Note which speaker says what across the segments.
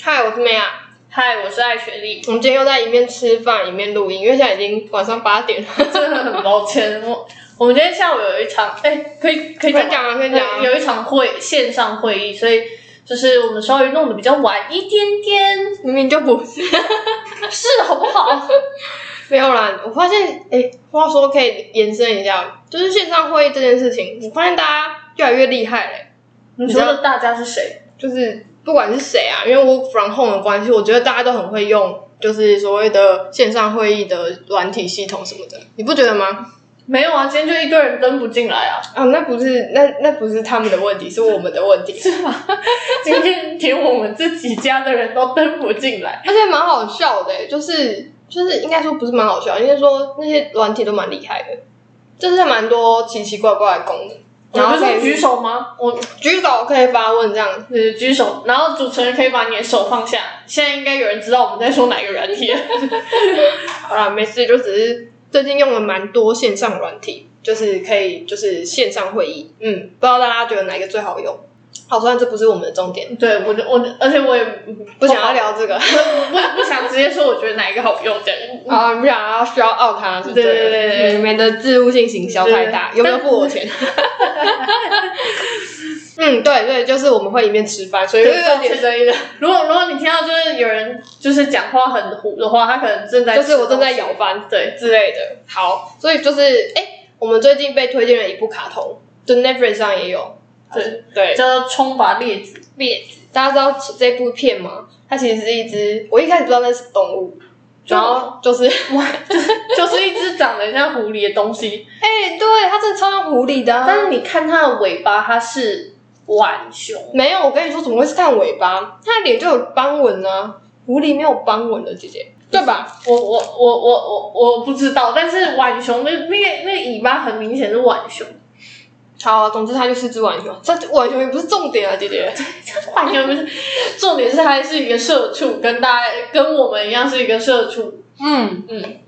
Speaker 1: 嗨，我是梅亚。
Speaker 2: 嗨，我是艾雪莉。
Speaker 1: 我们今天又在一面吃饭一面录音，因为现在已经晚上八 点了。
Speaker 2: 真的很抱歉，我我们今天下午有一场，哎、可以可以
Speaker 1: 可以
Speaker 2: 吗
Speaker 1: 讲啊可以讲 啊
Speaker 2: 有一场会线上会议，所以就是我们稍微弄得比较晚一点点，
Speaker 1: 明明就不是，
Speaker 2: 是好不好？
Speaker 1: 没有啦。我发现，哎、话说可以延伸一下，就是线上会议这件事情，我发现大家越来越厉害嘞、
Speaker 2: 你
Speaker 1: 知
Speaker 2: 说
Speaker 1: 道
Speaker 2: 的大家是谁？
Speaker 1: 就是不管是谁啊，因为 work from home 的关系，我觉得大家都很会用，就是所谓的线上会议的软体系统什么的，你不觉得吗？
Speaker 2: 没有啊，今天就一堆人登不进来啊，
Speaker 1: 啊，那不是那那不是他们的问题，是我们的问题，
Speaker 2: 是吗？今天连我们自己家的人都登不进来，
Speaker 1: 而且蛮好笑的、欸就是就是应该说不是蛮好笑，应该说那些软体都蛮厉害的，就是蛮多奇奇怪怪的功能。
Speaker 2: 你
Speaker 1: 然
Speaker 2: 不
Speaker 1: 后
Speaker 2: 是
Speaker 1: 可
Speaker 2: 说
Speaker 1: 以
Speaker 2: 举手吗？我
Speaker 1: 举手可以发问这样，
Speaker 2: 呃举手，然后主持人可以把你的手放下。现在应该有人知道我们在说哪个软体了。
Speaker 1: 好啦，没事，就只是最近用了蛮多线上软体，就是可以就是线上会议，嗯，不知道大家觉得哪一个最好用？好，虽然这不是我们的重点，
Speaker 2: 对，我就我，而且我也
Speaker 1: 不想要聊这个，
Speaker 2: 不不想直接说，我觉得哪一个好用这样。
Speaker 1: 啊，不想要需要傲他，是不是
Speaker 2: 对对对对
Speaker 1: 嗯免得自入性行销太大，
Speaker 2: 对
Speaker 1: 有没有付我 钱？嗯，对对，就是我们会一面吃饭，所以
Speaker 2: 对
Speaker 1: 会
Speaker 2: 对
Speaker 1: 有
Speaker 2: 对
Speaker 1: 点声音 的，
Speaker 2: 如果如果你听到就是有人就是讲话很糊的话，他可能正在
Speaker 1: 就是我正在
Speaker 2: 吃东
Speaker 1: 摇
Speaker 2: 西
Speaker 1: 饭
Speaker 2: 对
Speaker 1: 之类的。好，所以就是哎，我们最近被推荐了一部卡通，就 Netflix 上也有，
Speaker 2: 对，
Speaker 1: 对，
Speaker 2: 叫做冲吧列子，
Speaker 1: 猎子，大家知道这部片吗？它其实是一只，我一开始不知道那是动物，然后就是，
Speaker 2: 就是一只长得像狐狸的东西，
Speaker 1: 哎、对，它真的超像狐狸的啊、
Speaker 2: 但是你看它的尾巴，它是浣熊，
Speaker 1: 没有，我跟你说，怎么会是看尾巴？它的脸就有斑纹啊，狐狸没有斑纹的，姐姐，对吧？
Speaker 2: 我我我我我我不知道，但是浣熊那那个那个尾巴很明显是浣熊，
Speaker 1: 好、总之它就是只浣熊，这浣熊也不是重点啊，姐 姐。
Speaker 2: 浣熊不是，重点是它是一个社畜，跟大家跟我们一样是一个社畜，
Speaker 1: 嗯，
Speaker 2: 嗯，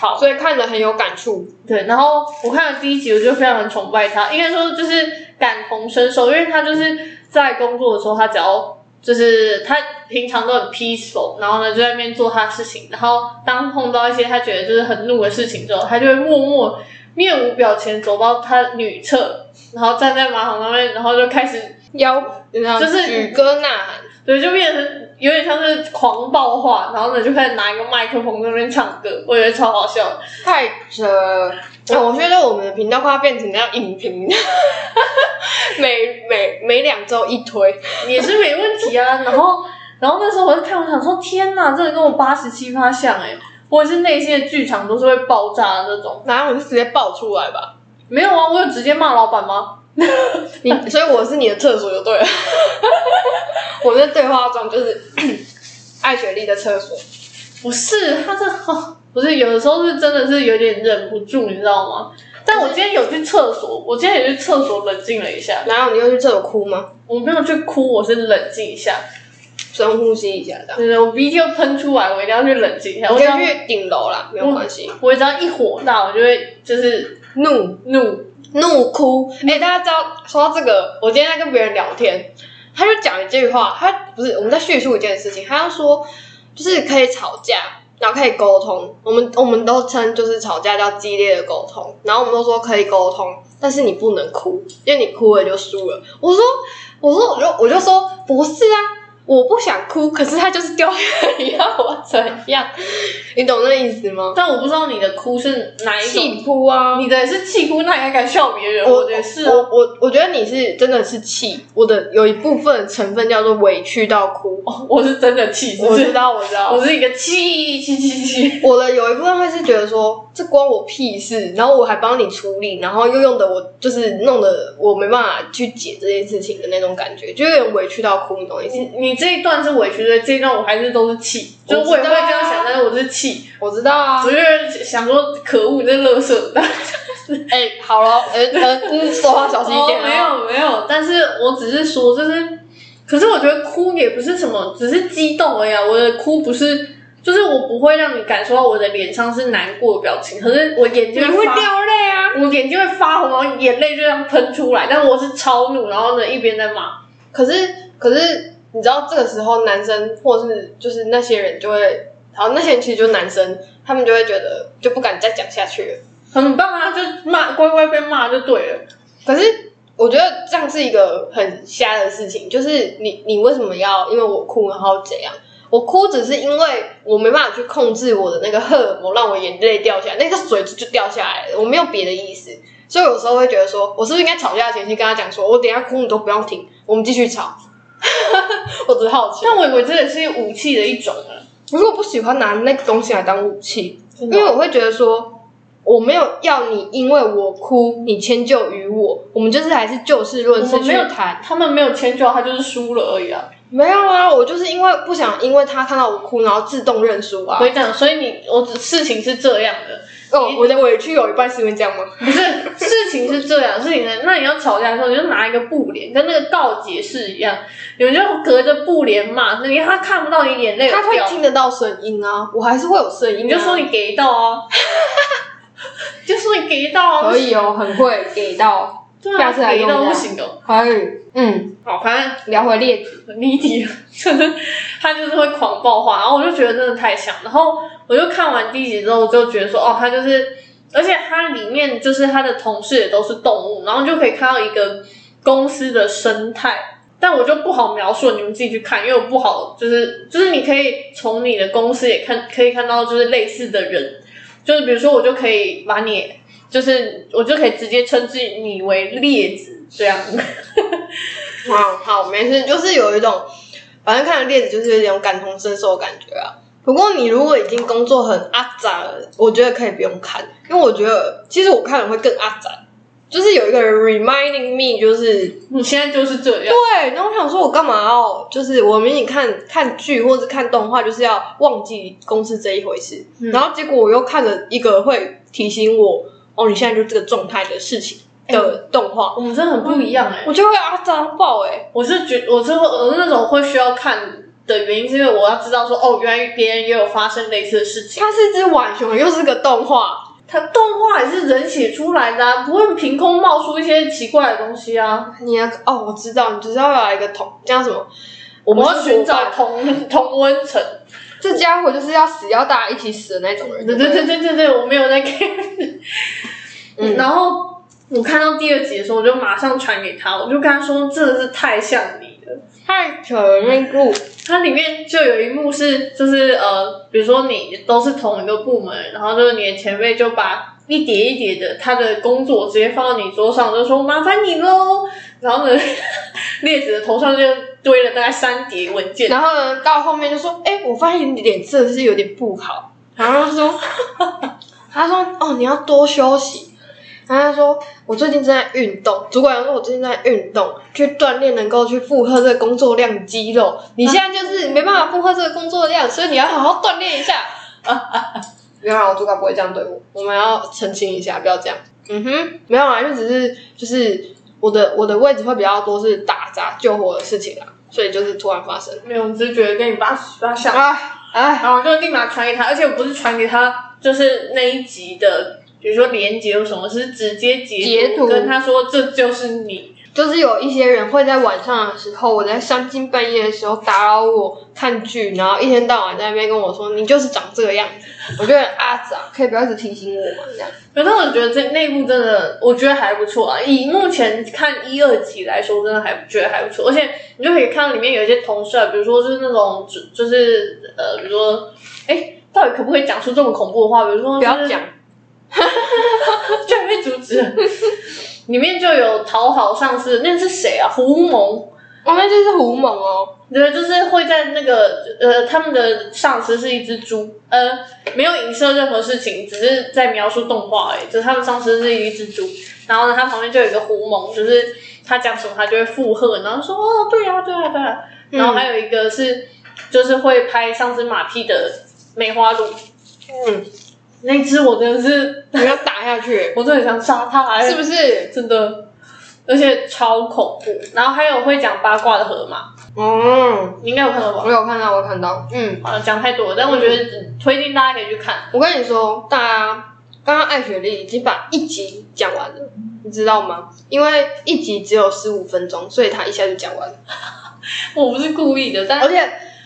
Speaker 2: 好，
Speaker 1: 所以看着很有感触。
Speaker 2: 对，然后我看了第一集，我就非常的崇拜他，应该说就是感同身受，因为他就是在工作的时候，他只要就是他平常都很 peaceful，然后呢就在那边做他的事情，然后当碰到一些他觉得就是很怒的事情之后，他就会默默面无表情走到他女侧，然后站在马桶上面，然后就开始
Speaker 1: 腰，然后
Speaker 2: 就是
Speaker 1: 举歌呐喊，
Speaker 2: 对，就变成有点像是狂暴化，然后呢就开始拿一个麦克风在那边唱歌，我觉得超好笑的。
Speaker 1: 太扯！哎、我觉得我们的频道快要变成那样影评， 每每每两周一推。
Speaker 2: 也是没问题啊。然后，然后那时候我就看，我想说，天哪，这个跟我八十七趴像哎、我也是内心的剧场都是会爆炸的那种。
Speaker 1: 然后我就直接爆出来吧。
Speaker 2: 没有啊，我有直接骂老板吗？
Speaker 1: 你， 所以我是你的厕所就对了。 我们的对话中就是 爱雪莉的厕所。
Speaker 2: 不是，他这、 哦、不是有的时候是真的是有点忍不住，你知道吗？但我今天有去厕所，我今天也去厕所冷静了一下。
Speaker 1: 然后你又去厕所哭吗？
Speaker 2: 我没有去哭，我是冷静一下。
Speaker 1: 深呼吸一下这样。
Speaker 2: 对对，我鼻涕又喷出来，我一定要去冷静一下。
Speaker 1: 我
Speaker 2: 我
Speaker 1: 就
Speaker 2: 只要
Speaker 1: 去顶楼啦，没有关系。
Speaker 2: 我只要一火大，我就会就是
Speaker 1: 怒
Speaker 2: 怒
Speaker 1: 怒哭。哎、大家知道说到这个，我今天在跟别人聊天，他就讲一句话，他不是我们在叙述一件事情，他就说就是可以吵架，然后可以沟通。我们我们都称就是吵架叫激烈的沟通，然后我们都说可以沟通，但是你不能哭，因为你哭了就输了。我说我说我就我就说不是啊。我不想哭，可是他就是掉下来，你要我怎样？你懂那意思吗？
Speaker 2: 但我不知道你的哭是哪一种，
Speaker 1: 气哭啊！
Speaker 2: 你的是气哭，那也敢笑别人，
Speaker 1: 我
Speaker 2: 我觉得是
Speaker 1: 我
Speaker 2: 啊。
Speaker 1: 我我觉得你是真的是气，我的有一部分成分叫做委屈到哭。
Speaker 2: 哦我是真的气，
Speaker 1: 我
Speaker 2: 我
Speaker 1: 知
Speaker 2: 是
Speaker 1: 道，我知道
Speaker 2: 我，是一个气气气气。
Speaker 1: 我的有一部分会是觉得说这关我屁事，然后我还帮你处理，然后又用的我就是弄得我没办法去解这件事情的那种感觉，就有点委屈到哭，你懂我意思
Speaker 2: 你？你这一段是委屈的，这一段我还是都是气，
Speaker 1: 我知
Speaker 2: 就
Speaker 1: 道啊
Speaker 2: 是我也会这样想，但是我是气，
Speaker 1: 我知道啊
Speaker 2: 我，就是想说可恶，你这乐 色。
Speaker 1: 哎、好 了，呃呃，嗯说话小心一点、
Speaker 2: 哎哦，没，有没有，但是我只是说，就是，可是我觉得哭也不是什么，只是激动而已、啊。我的哭不是，就是我不会让你感受到我的脸上是难过的表情，可是我眼睛
Speaker 1: 你会
Speaker 2: 发
Speaker 1: 掉泪啊。
Speaker 2: 我眼睛会发红，然后眼泪就这样喷出来，但我是超怒，然后呢一边在骂。
Speaker 1: 可是可是你知道这个时候男生或是就是那些人就会，好，那些人其实就是男生，他们就会觉得就不敢再讲下去了。
Speaker 2: 很棒啊，就骂乖乖被骂就对了。
Speaker 1: 可是我觉得这样是一个很瞎的事情，就是你你为什么要因为我哭然后怎样？我哭只是因为我没办法去控制我的那个荷尔蒙，让我眼泪掉下来，那个水就掉下来了，我没有别的意思。所以有时候会觉得说，我是不是应该吵架前先跟他讲说，我等一下哭你都不要停，我们继续吵。我只是好奇，
Speaker 2: 但我以为这也是武器的一种啊。
Speaker 1: 可是我不喜欢拿那个东西来当武器，
Speaker 2: 因
Speaker 1: 因为我会觉得说，我没有要你因为我哭你迁就于我，我们就是还是就事论
Speaker 2: 我
Speaker 1: 事
Speaker 2: 们
Speaker 1: 去
Speaker 2: 没有
Speaker 1: 谈。
Speaker 2: 他们没有迁就，他就是输了而已啊。
Speaker 1: 没有啊，我就是因为不想因为他看到我哭，然后自动认输啊
Speaker 2: 我。跟你讲，所以你我只事情是这样的，
Speaker 1: 哦，我的委屈有一半是因为这样吗？
Speaker 2: 不是事情是这样，事情是那你要吵架的时候，你就拿一个布帘，跟那个告解室一样，你们就隔着布帘骂，你他看不到你眼泪有
Speaker 1: 他会
Speaker 2: 掉，
Speaker 1: 听得到声音啊，我还是会有声音、啊。
Speaker 2: 你就说你给 到啊，就说你给到啊，
Speaker 1: 可以哦，很会给到，
Speaker 2: 对
Speaker 1: 下
Speaker 2: 啊，
Speaker 1: 次还
Speaker 2: 给
Speaker 1: 用
Speaker 2: 到
Speaker 1: 这样
Speaker 2: 不行哦。
Speaker 1: 可以。嗯，
Speaker 2: 好，反正
Speaker 1: 聊回列子，
Speaker 2: 谜底，真的，他就是会狂爆话，然后我就觉得真的太像，然后我就看完第一集之后就觉得说，哦，他就是，而且他里面就是他的同事也都是动物，然后就可以看到一个公司的生态，但我就不好描述，你们自己去看，因为我不好，就是就是你可以从你的公司也看可以看到就是类似的人，就是比如说我就可以把你，就是我就可以直接称之你为列子这样。
Speaker 1: 好 好，没事，就是有一种，反正看了列子就是有一种感同身受的感觉啊。不过你如果已经工作很阿杂了，我觉得可以不用看，因为我觉得其实我看了会更阿杂。就是有一个人 reminding me，就是
Speaker 2: 你现在就是这样。
Speaker 1: 对，然后我想说，我干嘛要就是我明明看看剧或者看动画，就是要忘记公司这一回事，
Speaker 2: 嗯
Speaker 1: 然后结果我又看了一个会提醒我哦，你现在就这个状态的事情的动画，
Speaker 2: 我们真的很不一样哎、
Speaker 1: 我就会啊脏爆哎、欸，
Speaker 2: 我是觉我是会我是那种会需要看的原因，是因为我要知道说哦，原来别人也有发生类似的事情。
Speaker 1: 它是只浣熊，又是个动画，
Speaker 2: 它动画也是人写出来的、啊，不会凭空冒出一些奇怪的东西啊。
Speaker 1: 你要哦，我知道，你就是要来一个同叫什么？我
Speaker 2: 我
Speaker 1: 们
Speaker 2: 们要
Speaker 1: 是
Speaker 2: 寻
Speaker 1: 伙
Speaker 2: 找
Speaker 1: 伴
Speaker 2: 同同温层。
Speaker 1: 这家伙，就是要死要大家一起死的那种人。
Speaker 2: 对对对对对对，我没有在看。
Speaker 1: 嗯
Speaker 2: 然后我看到第二集的时候，我就马上传给他，我就跟他说，真的是太像你了。
Speaker 1: 太可认故，
Speaker 2: 它里面就有一幕是，就是呃，比如说你都是同一个部门，然后就是你的前辈就把一叠一叠的他的工作直接放到你桌上，就说麻烦你喽。然后呢，列子的头上就堆了大概三叠文件，
Speaker 1: 然后呢，到后面就说：“哎、我发现你脸色是有点不好。”然后他说：“他说哦，你要多休息。”然后他说：“我最近正在运动。”主管说：“我最近在运动，去锻炼能够去负荷这个工作量的肌肉。你现在就是没办法负荷这个工作量，所以你要好好锻炼一下。”没有啦，我主管不会这样对我。我们要澄清一下，不要这样。嗯哼，没有啦，就只是就是我的我的位置会比较多是打杂救火的事情啦，所以就是突然发生。
Speaker 2: 没有，我只是觉得跟你爸爸像，
Speaker 1: 啊哎，
Speaker 2: 然后我就立马传给他，而且我不是传给他，就是那一集的，比如说连接有什么，是直接截
Speaker 1: 截图
Speaker 2: 跟他说这就是你。
Speaker 1: 就是有一些人会在晚上的时候，我在三更半夜的时候打扰我看剧，然后一天到晚在那边跟我说你就是长这个样子，我觉得阿长可以不要一直提醒我嘛，这样
Speaker 2: 可是我觉得这那部真的，我觉得还不错啊。以目前看一二集来说，真的还觉得还不错。而且你就可以看到里面有一些同事啊，比如说就是那种就就是呃，比如说哎，到底可不可以讲出这么恐怖的话？比如说、
Speaker 1: 不要， 讲，
Speaker 2: 居然被阻止了。里面就有讨好上司，那是谁啊？胡蒙。
Speaker 1: 哦，那就是胡猛哦，
Speaker 2: 对，就是会在那个呃，他们的上司是一只猪，呃，没有影射任何事情，只是在描述动画而已。就是他们上司是一只猪，然后呢，他旁边就有一个狐獴，就是他讲什么他就会附和，然后说哦，对啊，对啊，对啊。然后还有一个是，就是会拍上司马屁的梅花鹿，
Speaker 1: 嗯，
Speaker 2: 那只我真的是，
Speaker 1: 不要打下去，
Speaker 2: 我真的很想杀它，
Speaker 1: 是不是？
Speaker 2: 真的，而且超恐怖。然后还有会讲八卦的河马，
Speaker 1: 哦，
Speaker 2: 你应该有看到吧
Speaker 1: 我？有看到，我有看到，嗯，
Speaker 2: 啊，讲太多了，但我觉得推荐大家可以去看。
Speaker 1: 我跟你说，大家刚刚艾雪莉已经把一集讲完了，你知道吗？因为一集只有十五分钟，所以她一下就讲完了。
Speaker 2: 我不是故意的，但
Speaker 1: 而且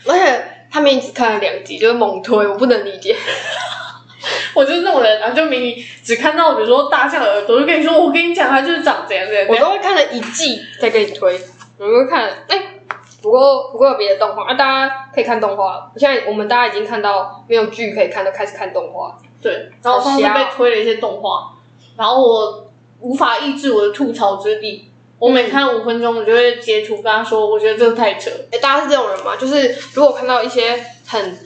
Speaker 1: 而且他们只看了两集，就是猛推，我不能理 解。
Speaker 2: 我就是那种人啊，就明明只看到比如说大象的耳朵，就跟你说，我跟你讲，它就是长怎样怎样。
Speaker 1: 我
Speaker 2: 怎样。
Speaker 1: 都会看了一季再给你推，我就会看。哎、不过不过有别的动画啊，大家可以看动画。现在我们大家已经看到没有剧可以看，都开始看动画。
Speaker 2: 对，然后我上次被推了一些动画，然后我无法抑制我的吐槽之力。我每看
Speaker 1: 嗯
Speaker 2: 五分钟，我就会截图跟他说，我觉得这个太扯。
Speaker 1: 哎、大家是这种人吗？就是如果看到一些很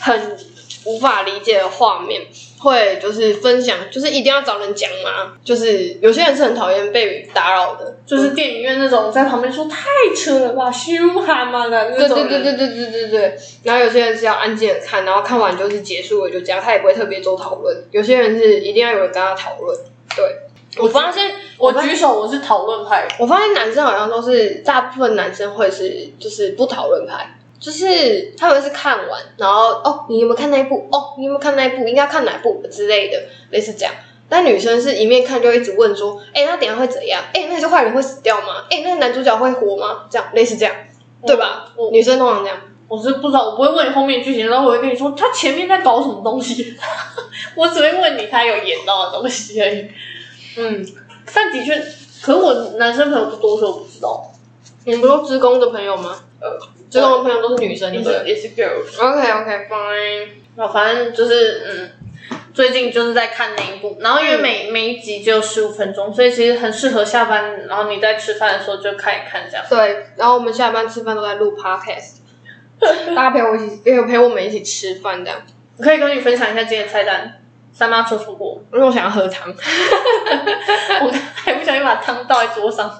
Speaker 1: 很无法理解的画面，会就是分享，就是一定要找人讲吗？就是有些人是很讨厌被打扰的，
Speaker 2: 就是电影院那种在旁边说太扯了吧，羞哈嘛的那
Speaker 1: 对
Speaker 2: 种
Speaker 1: 对
Speaker 2: 人。
Speaker 1: 对对对对对对。然后有些人是要安静的看，然后看完就是结束了就这样，他也不会特别做讨论。有些人是一定要有人跟他讨论。对，我发现
Speaker 2: 我举手，我是讨论派。
Speaker 1: 我发现男生好像都是大部分男生会是就是不讨论派，就是他们是看完，然后哦你有没有看那一部？哦你有没有看那一部？应该看哪部之类的，类似这样。但女生是一面看就一直问说，哎、那等一下会怎样？哎、那些坏人会死掉吗？哎、那个男主角会活吗？这样类似这样，对吧？
Speaker 2: 我
Speaker 1: 女生通常这样，
Speaker 2: 我是不知道，我不会问你后面剧情，然后我会跟你说他前面在搞什么东西， 我只会问你他有演到的东西而已。
Speaker 1: 嗯，
Speaker 2: 但的确，可是我男生朋友不多，所以我不知道。
Speaker 1: 你不是职工的朋友吗？
Speaker 2: 呃，
Speaker 1: 职工的朋友都是女生，对不对
Speaker 2: 也是 girls。
Speaker 1: ？OK OK fine。
Speaker 2: 然后反正就是嗯，最近就是在看那一部，然后因为每、
Speaker 1: 嗯
Speaker 2: 每一集只有十五分钟，所以其实很适合下班，然后你在吃饭的时候就看一看这样。
Speaker 1: 对，然后我们下班吃饭都在录 podcast，大家陪我一起，陪陪我们一起吃饭这样。
Speaker 2: 我可以跟你分享一下今天的 菜单：三妈臭出锅，
Speaker 1: 因为我想要喝汤。
Speaker 2: 我还不小心把汤倒在桌上。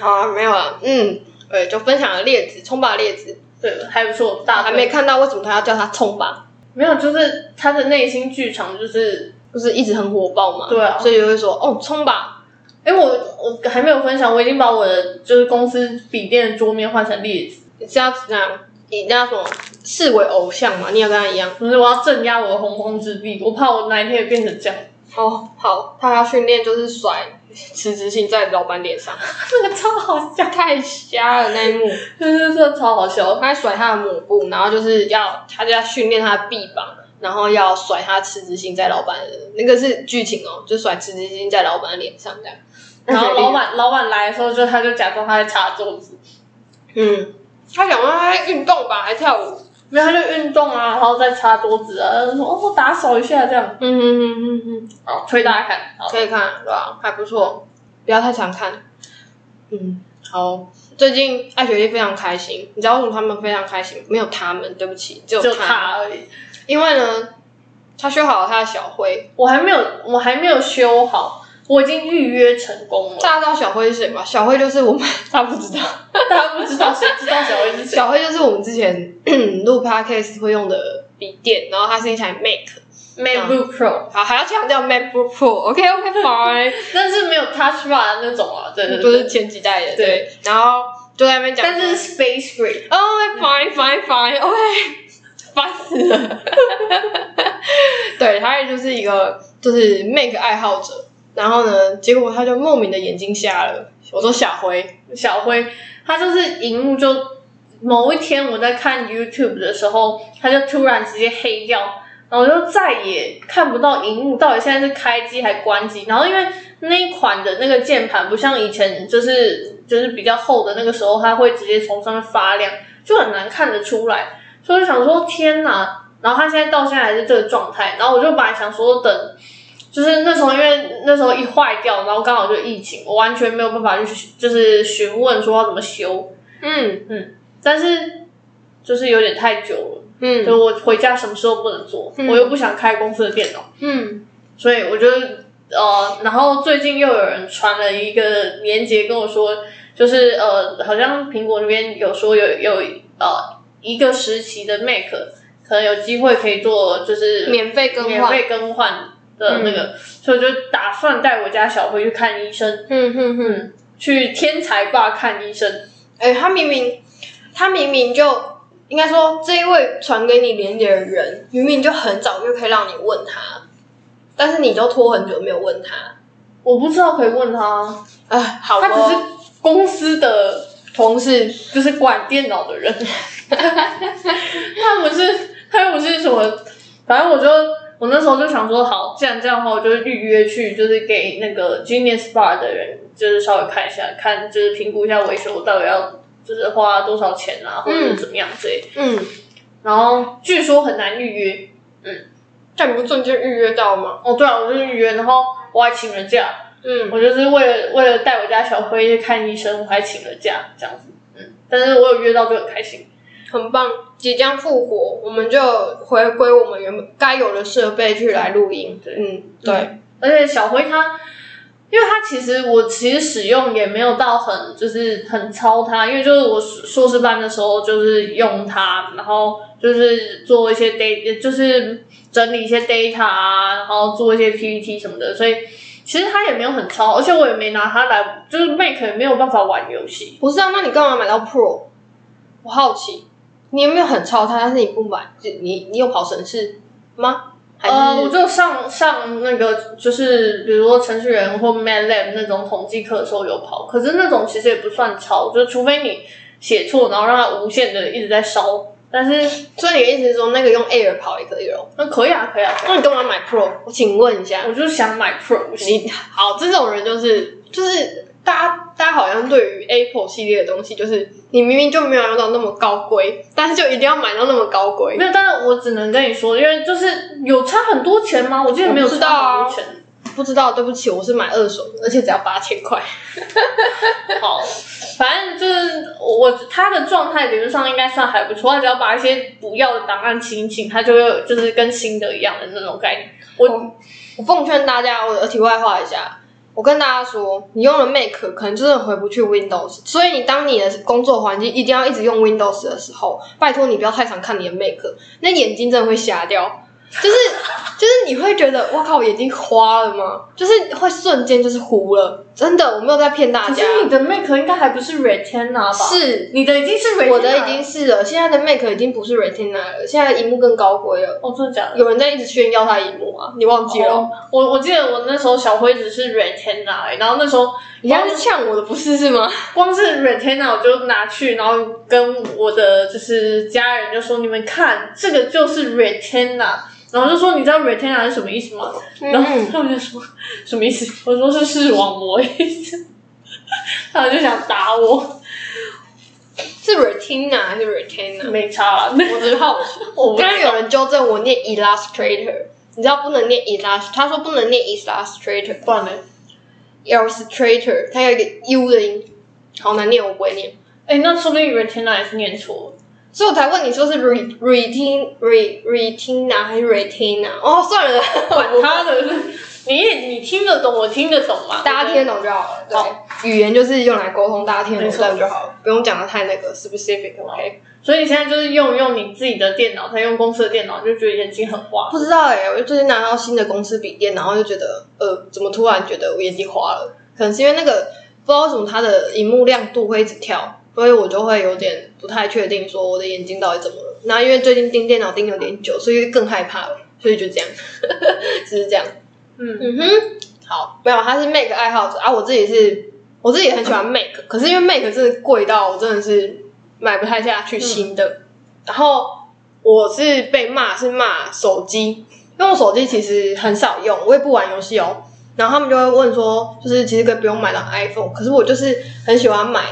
Speaker 1: 好啊，没有啊，嗯，对，就分享了列子，葱吧列子，
Speaker 2: 啊对，还不错，大
Speaker 1: 还
Speaker 2: 推
Speaker 1: 没看到为什么他要叫他葱吧，
Speaker 2: 没有，就是他的内心剧场就是，
Speaker 1: 就是一直很火爆嘛。
Speaker 2: 对啊
Speaker 1: 所以就会说哦，葱吧，
Speaker 2: 哎，我我还没有分享，我已经把我的就是公司笔电的桌面换成列子，
Speaker 1: 你是要怎样？你那什么视为偶像嘛？你要跟他一样。
Speaker 2: 就是我要镇压我的洪荒之力，我怕我哪一天也变成这样，
Speaker 1: 哦，好，他要训练就是甩辞职信在老板脸上，
Speaker 2: 那个超好笑，
Speaker 1: 太瞎了那一幕。
Speaker 2: 就是这超好笑，
Speaker 1: 他甩他的抹布，然后就是要他就要训练他的臂膀，然后要甩他辞职信在老板的那个是剧情哦，就甩辞职信在老板的脸上这样。
Speaker 2: 然后老，板老板来的时候，就他就假装他在擦桌子，
Speaker 1: 嗯，他想说他在运动吧，还跳舞，
Speaker 2: 没有他就运动啊，然后再擦桌子啊，然后说哦我打扫一下这样，
Speaker 1: 嗯嗯嗯嗯，
Speaker 2: 好推大家看，好
Speaker 1: 可以看对吧、还不错，不要太常看。嗯，好，最近爱学弟非常开心，你知道为什么他们非常开心？没有他们，对不起，只有
Speaker 2: 就
Speaker 1: 他，
Speaker 2: 他而已，
Speaker 1: 因为呢，他修好了他的小灰，
Speaker 2: 我还没有我还没有修好，我已经预约成功了。
Speaker 1: 大家知道小灰是谁吗？小灰就是我们， 他不知道。
Speaker 2: 大家不知道，谁知道小薇是 谁？
Speaker 1: 小黑就是我们之前 录 podcast 会用的笔电，然后它是一台 Mac，
Speaker 2: MacBook Pro，
Speaker 1: 好，还要强调 MacBook Pro，OK OK fine，
Speaker 2: 但是没有 Touch Bar 那种啊，对对
Speaker 1: 就
Speaker 2: 对。
Speaker 1: 是前几代的，
Speaker 2: 对
Speaker 1: 对，然后就在那边讲，
Speaker 2: 但是 Space Gray，
Speaker 1: 哦 fine fine fine，OK，烦哎 死了， 对，他也就是一个就是 Mac 爱好者，然后呢，结果他就莫名的眼睛瞎了，我说小灰，
Speaker 2: 小辉，他就是荧幕就某一天我在看 YouTube 的时候，他就突然直接黑掉，然后我就再也看不到荧幕到底现在是开机还关机。然后因为那一款的那个键盘不像以前就是就是比较厚的那个时候，它会直接从上面发亮，就很难看得出来。所以我就想说天哪！然后他现在到现在还是这个状态，然后我就本来想说等就是那时候，因为那时候一坏掉，然后刚好就疫情，我完全没有办法去就是询问说要怎么修，
Speaker 1: 嗯
Speaker 2: 但是就是有点太久了，
Speaker 1: 嗯
Speaker 2: 就我回家什么事都不能做，
Speaker 1: 嗯
Speaker 2: 我又不想开公司的电脑，
Speaker 1: 嗯，
Speaker 2: 所以我就呃，然后最近又有人传了一个链接跟我说，就是呃，好像苹果那边有说有有呃一个时期的 Mac 可能有机会可以做就是
Speaker 1: 免费更
Speaker 2: 免
Speaker 1: 换，
Speaker 2: 费更换的那个，所以我就打算带我家小辉去看医生，
Speaker 1: 嗯哼哼。
Speaker 2: 去天才爸看医生。
Speaker 1: 哎、他明明，他明明就应该说这一位传给你连接的人，明明就很早就可以让你问他，但是你就拖很久没有问他。
Speaker 2: 我不知道可以问他，啊
Speaker 1: 哎，好、哦，
Speaker 2: 他只是公司的同事就是管电脑的人， 他不是他不是什么，反正我就我那时候就想说，好，既然这样的话，我就预约去，就是给那个 Genius Bar 的人，就是稍微看一下，看就是评估一下维修到底要就是花多少钱啊，或者
Speaker 1: 嗯
Speaker 2: 怎么样之类的。
Speaker 1: 嗯，
Speaker 2: 然后据说很难预约，
Speaker 1: 但你不中间预约到吗？
Speaker 2: 哦，对啊，我就是预约，然后我还请了假，
Speaker 1: 嗯，
Speaker 2: 我就是为了为了带我家小辉去看医生，我还请了假这样子。嗯，但是我有约到就很开心。
Speaker 1: 很棒，即将复活，我们就回归我们原本该有的设备去来录音。
Speaker 2: 对
Speaker 1: 嗯，对，
Speaker 2: 而且小辉他，因为他其实我其实使用也没有到很就是很超他，因为就是我硕硕士班的时候就是用它，然后就是做一 些 data，就是整理一些 data 啊，然后做一些 PPT 什么的，所以其实他也没有很超，而且我也没拿它来，就是 Make 也没有办法玩游戏。
Speaker 1: 不是啊，那你干嘛买到 Pro？我好奇，你有没有很超它，但是你不买，就你你有跑省事吗？还是、
Speaker 2: 呃，我就上上那个就是比如说程序员或 MATLAB 那种统计课的时候有跑，可是那种其实也不算抄，就除非你写错，然后让它无限的一直在烧。但是
Speaker 1: 所以你的意思是说，那个用 Air 跑也可以哦？
Speaker 2: 那可以啊，可以啊，
Speaker 1: 那你干嘛买 Pro？我请问一下，
Speaker 2: 我就想买 Pro
Speaker 1: 你好，这种人就是就是大家大家好像对于 Apple 系列的东西，就是你明明就没有用到那么高规，但是就一定要买到那么高规
Speaker 2: 没。有，但是我只能跟你说，因为就是有差很多钱吗？我记得没有
Speaker 1: 我不知道
Speaker 2: 差
Speaker 1: 啊
Speaker 2: 很多钱。
Speaker 1: 不知道，对不起，我是买二手的，而且只要八千块。
Speaker 2: 好，反正就是我他的状态理论上应该算还不错，他只要把一些不要的档案清一清，他就会有就是跟新的一样的那种概念。我
Speaker 1: 我我奉劝大家，我题外话一下，我跟大家说，你用了 Mac 可能真的回不去 Windows，所以你当你的工作环境一定要一直用 Windows 的时候，拜托你不要太常看你的 Mac，那眼睛真的会瞎掉。就是就是你会觉得我靠，我眼睛花了吗？就是会瞬间就是糊了，真的，我没有在骗大
Speaker 2: 可
Speaker 1: 家。
Speaker 2: 是你的 Mac 应该还不是 Retina 吧？，
Speaker 1: 是
Speaker 2: 你的已经是 Retina，
Speaker 1: 我的已经是了，现在的 Mac 已经不是 Retina 了，现在的荧幕更高规了。
Speaker 2: 哦，真的假的？
Speaker 1: 有人在一直炫耀它的荧幕啊，你忘记了？
Speaker 2: 哦我我记得我那时候小辉只是 Retina，而已然后那时候
Speaker 1: 你现在是呛我的不是是吗？
Speaker 2: 光是 Retina 我就拿去，然后跟我的就是家人就说：“你们看，这个就是 Retina。”然后就说：“你知道 Retina 是什么意思吗？”
Speaker 1: 嗯
Speaker 2: 然后他们就说：“什么意思？”我说：“是视网膜意思。” 他们就想打我，
Speaker 1: 是 retina
Speaker 2: 啊
Speaker 1: 还是 retina？
Speaker 2: 没差了。
Speaker 1: 我只是好奇。
Speaker 2: 我不知
Speaker 1: 刚
Speaker 2: 道
Speaker 1: 刚有人纠正我念 illustrator，你知道不能念 illust，他说不能念 illustrator，
Speaker 2: 不然呢？
Speaker 1: illustrator，它有一个 u 的音，好难念，我不会念，
Speaker 2: 哎，那说不定 Retina 也是念错了。
Speaker 1: 所以我才问你说是 re retin re retina 还是 retina？哦，算了，
Speaker 2: 管 他的，你也你听得懂，我听得懂嘛？
Speaker 1: 大家听得懂就好了。对，语言就是用来沟通，大家听得
Speaker 2: 没
Speaker 1: 懂
Speaker 2: 错
Speaker 1: 这样就好了，不用讲的太那个 specific，OK？、
Speaker 2: 所以你现在就是用用你自己的电脑，再用公司的电脑，就觉得眼睛很花。
Speaker 1: 不知道哎、我就最近拿到新的公司笔电，然后就觉得，呃，怎么突然觉得我眼睛花了？可能是因为那个不知道为什么它的荧幕亮度会一直跳，所以我就会有点不太确定，说我的眼睛到底怎么了。那因为最近盯电脑盯有点久，所以更害怕了，所以就这样， 只是这样。
Speaker 2: 嗯，
Speaker 1: 嗯哼，好，没有，他是 Mac 爱好者啊，我自己是，我自己也很喜欢 Mac，、可是因为 Mac 真的贵到我真的是买不太下去新的，然后我是被骂是骂手机，因为我手机其实很少用，我也不玩游戏哦，然后他们就会问说，就是其实可以不用买到 iPhone，可是我就是很喜欢买，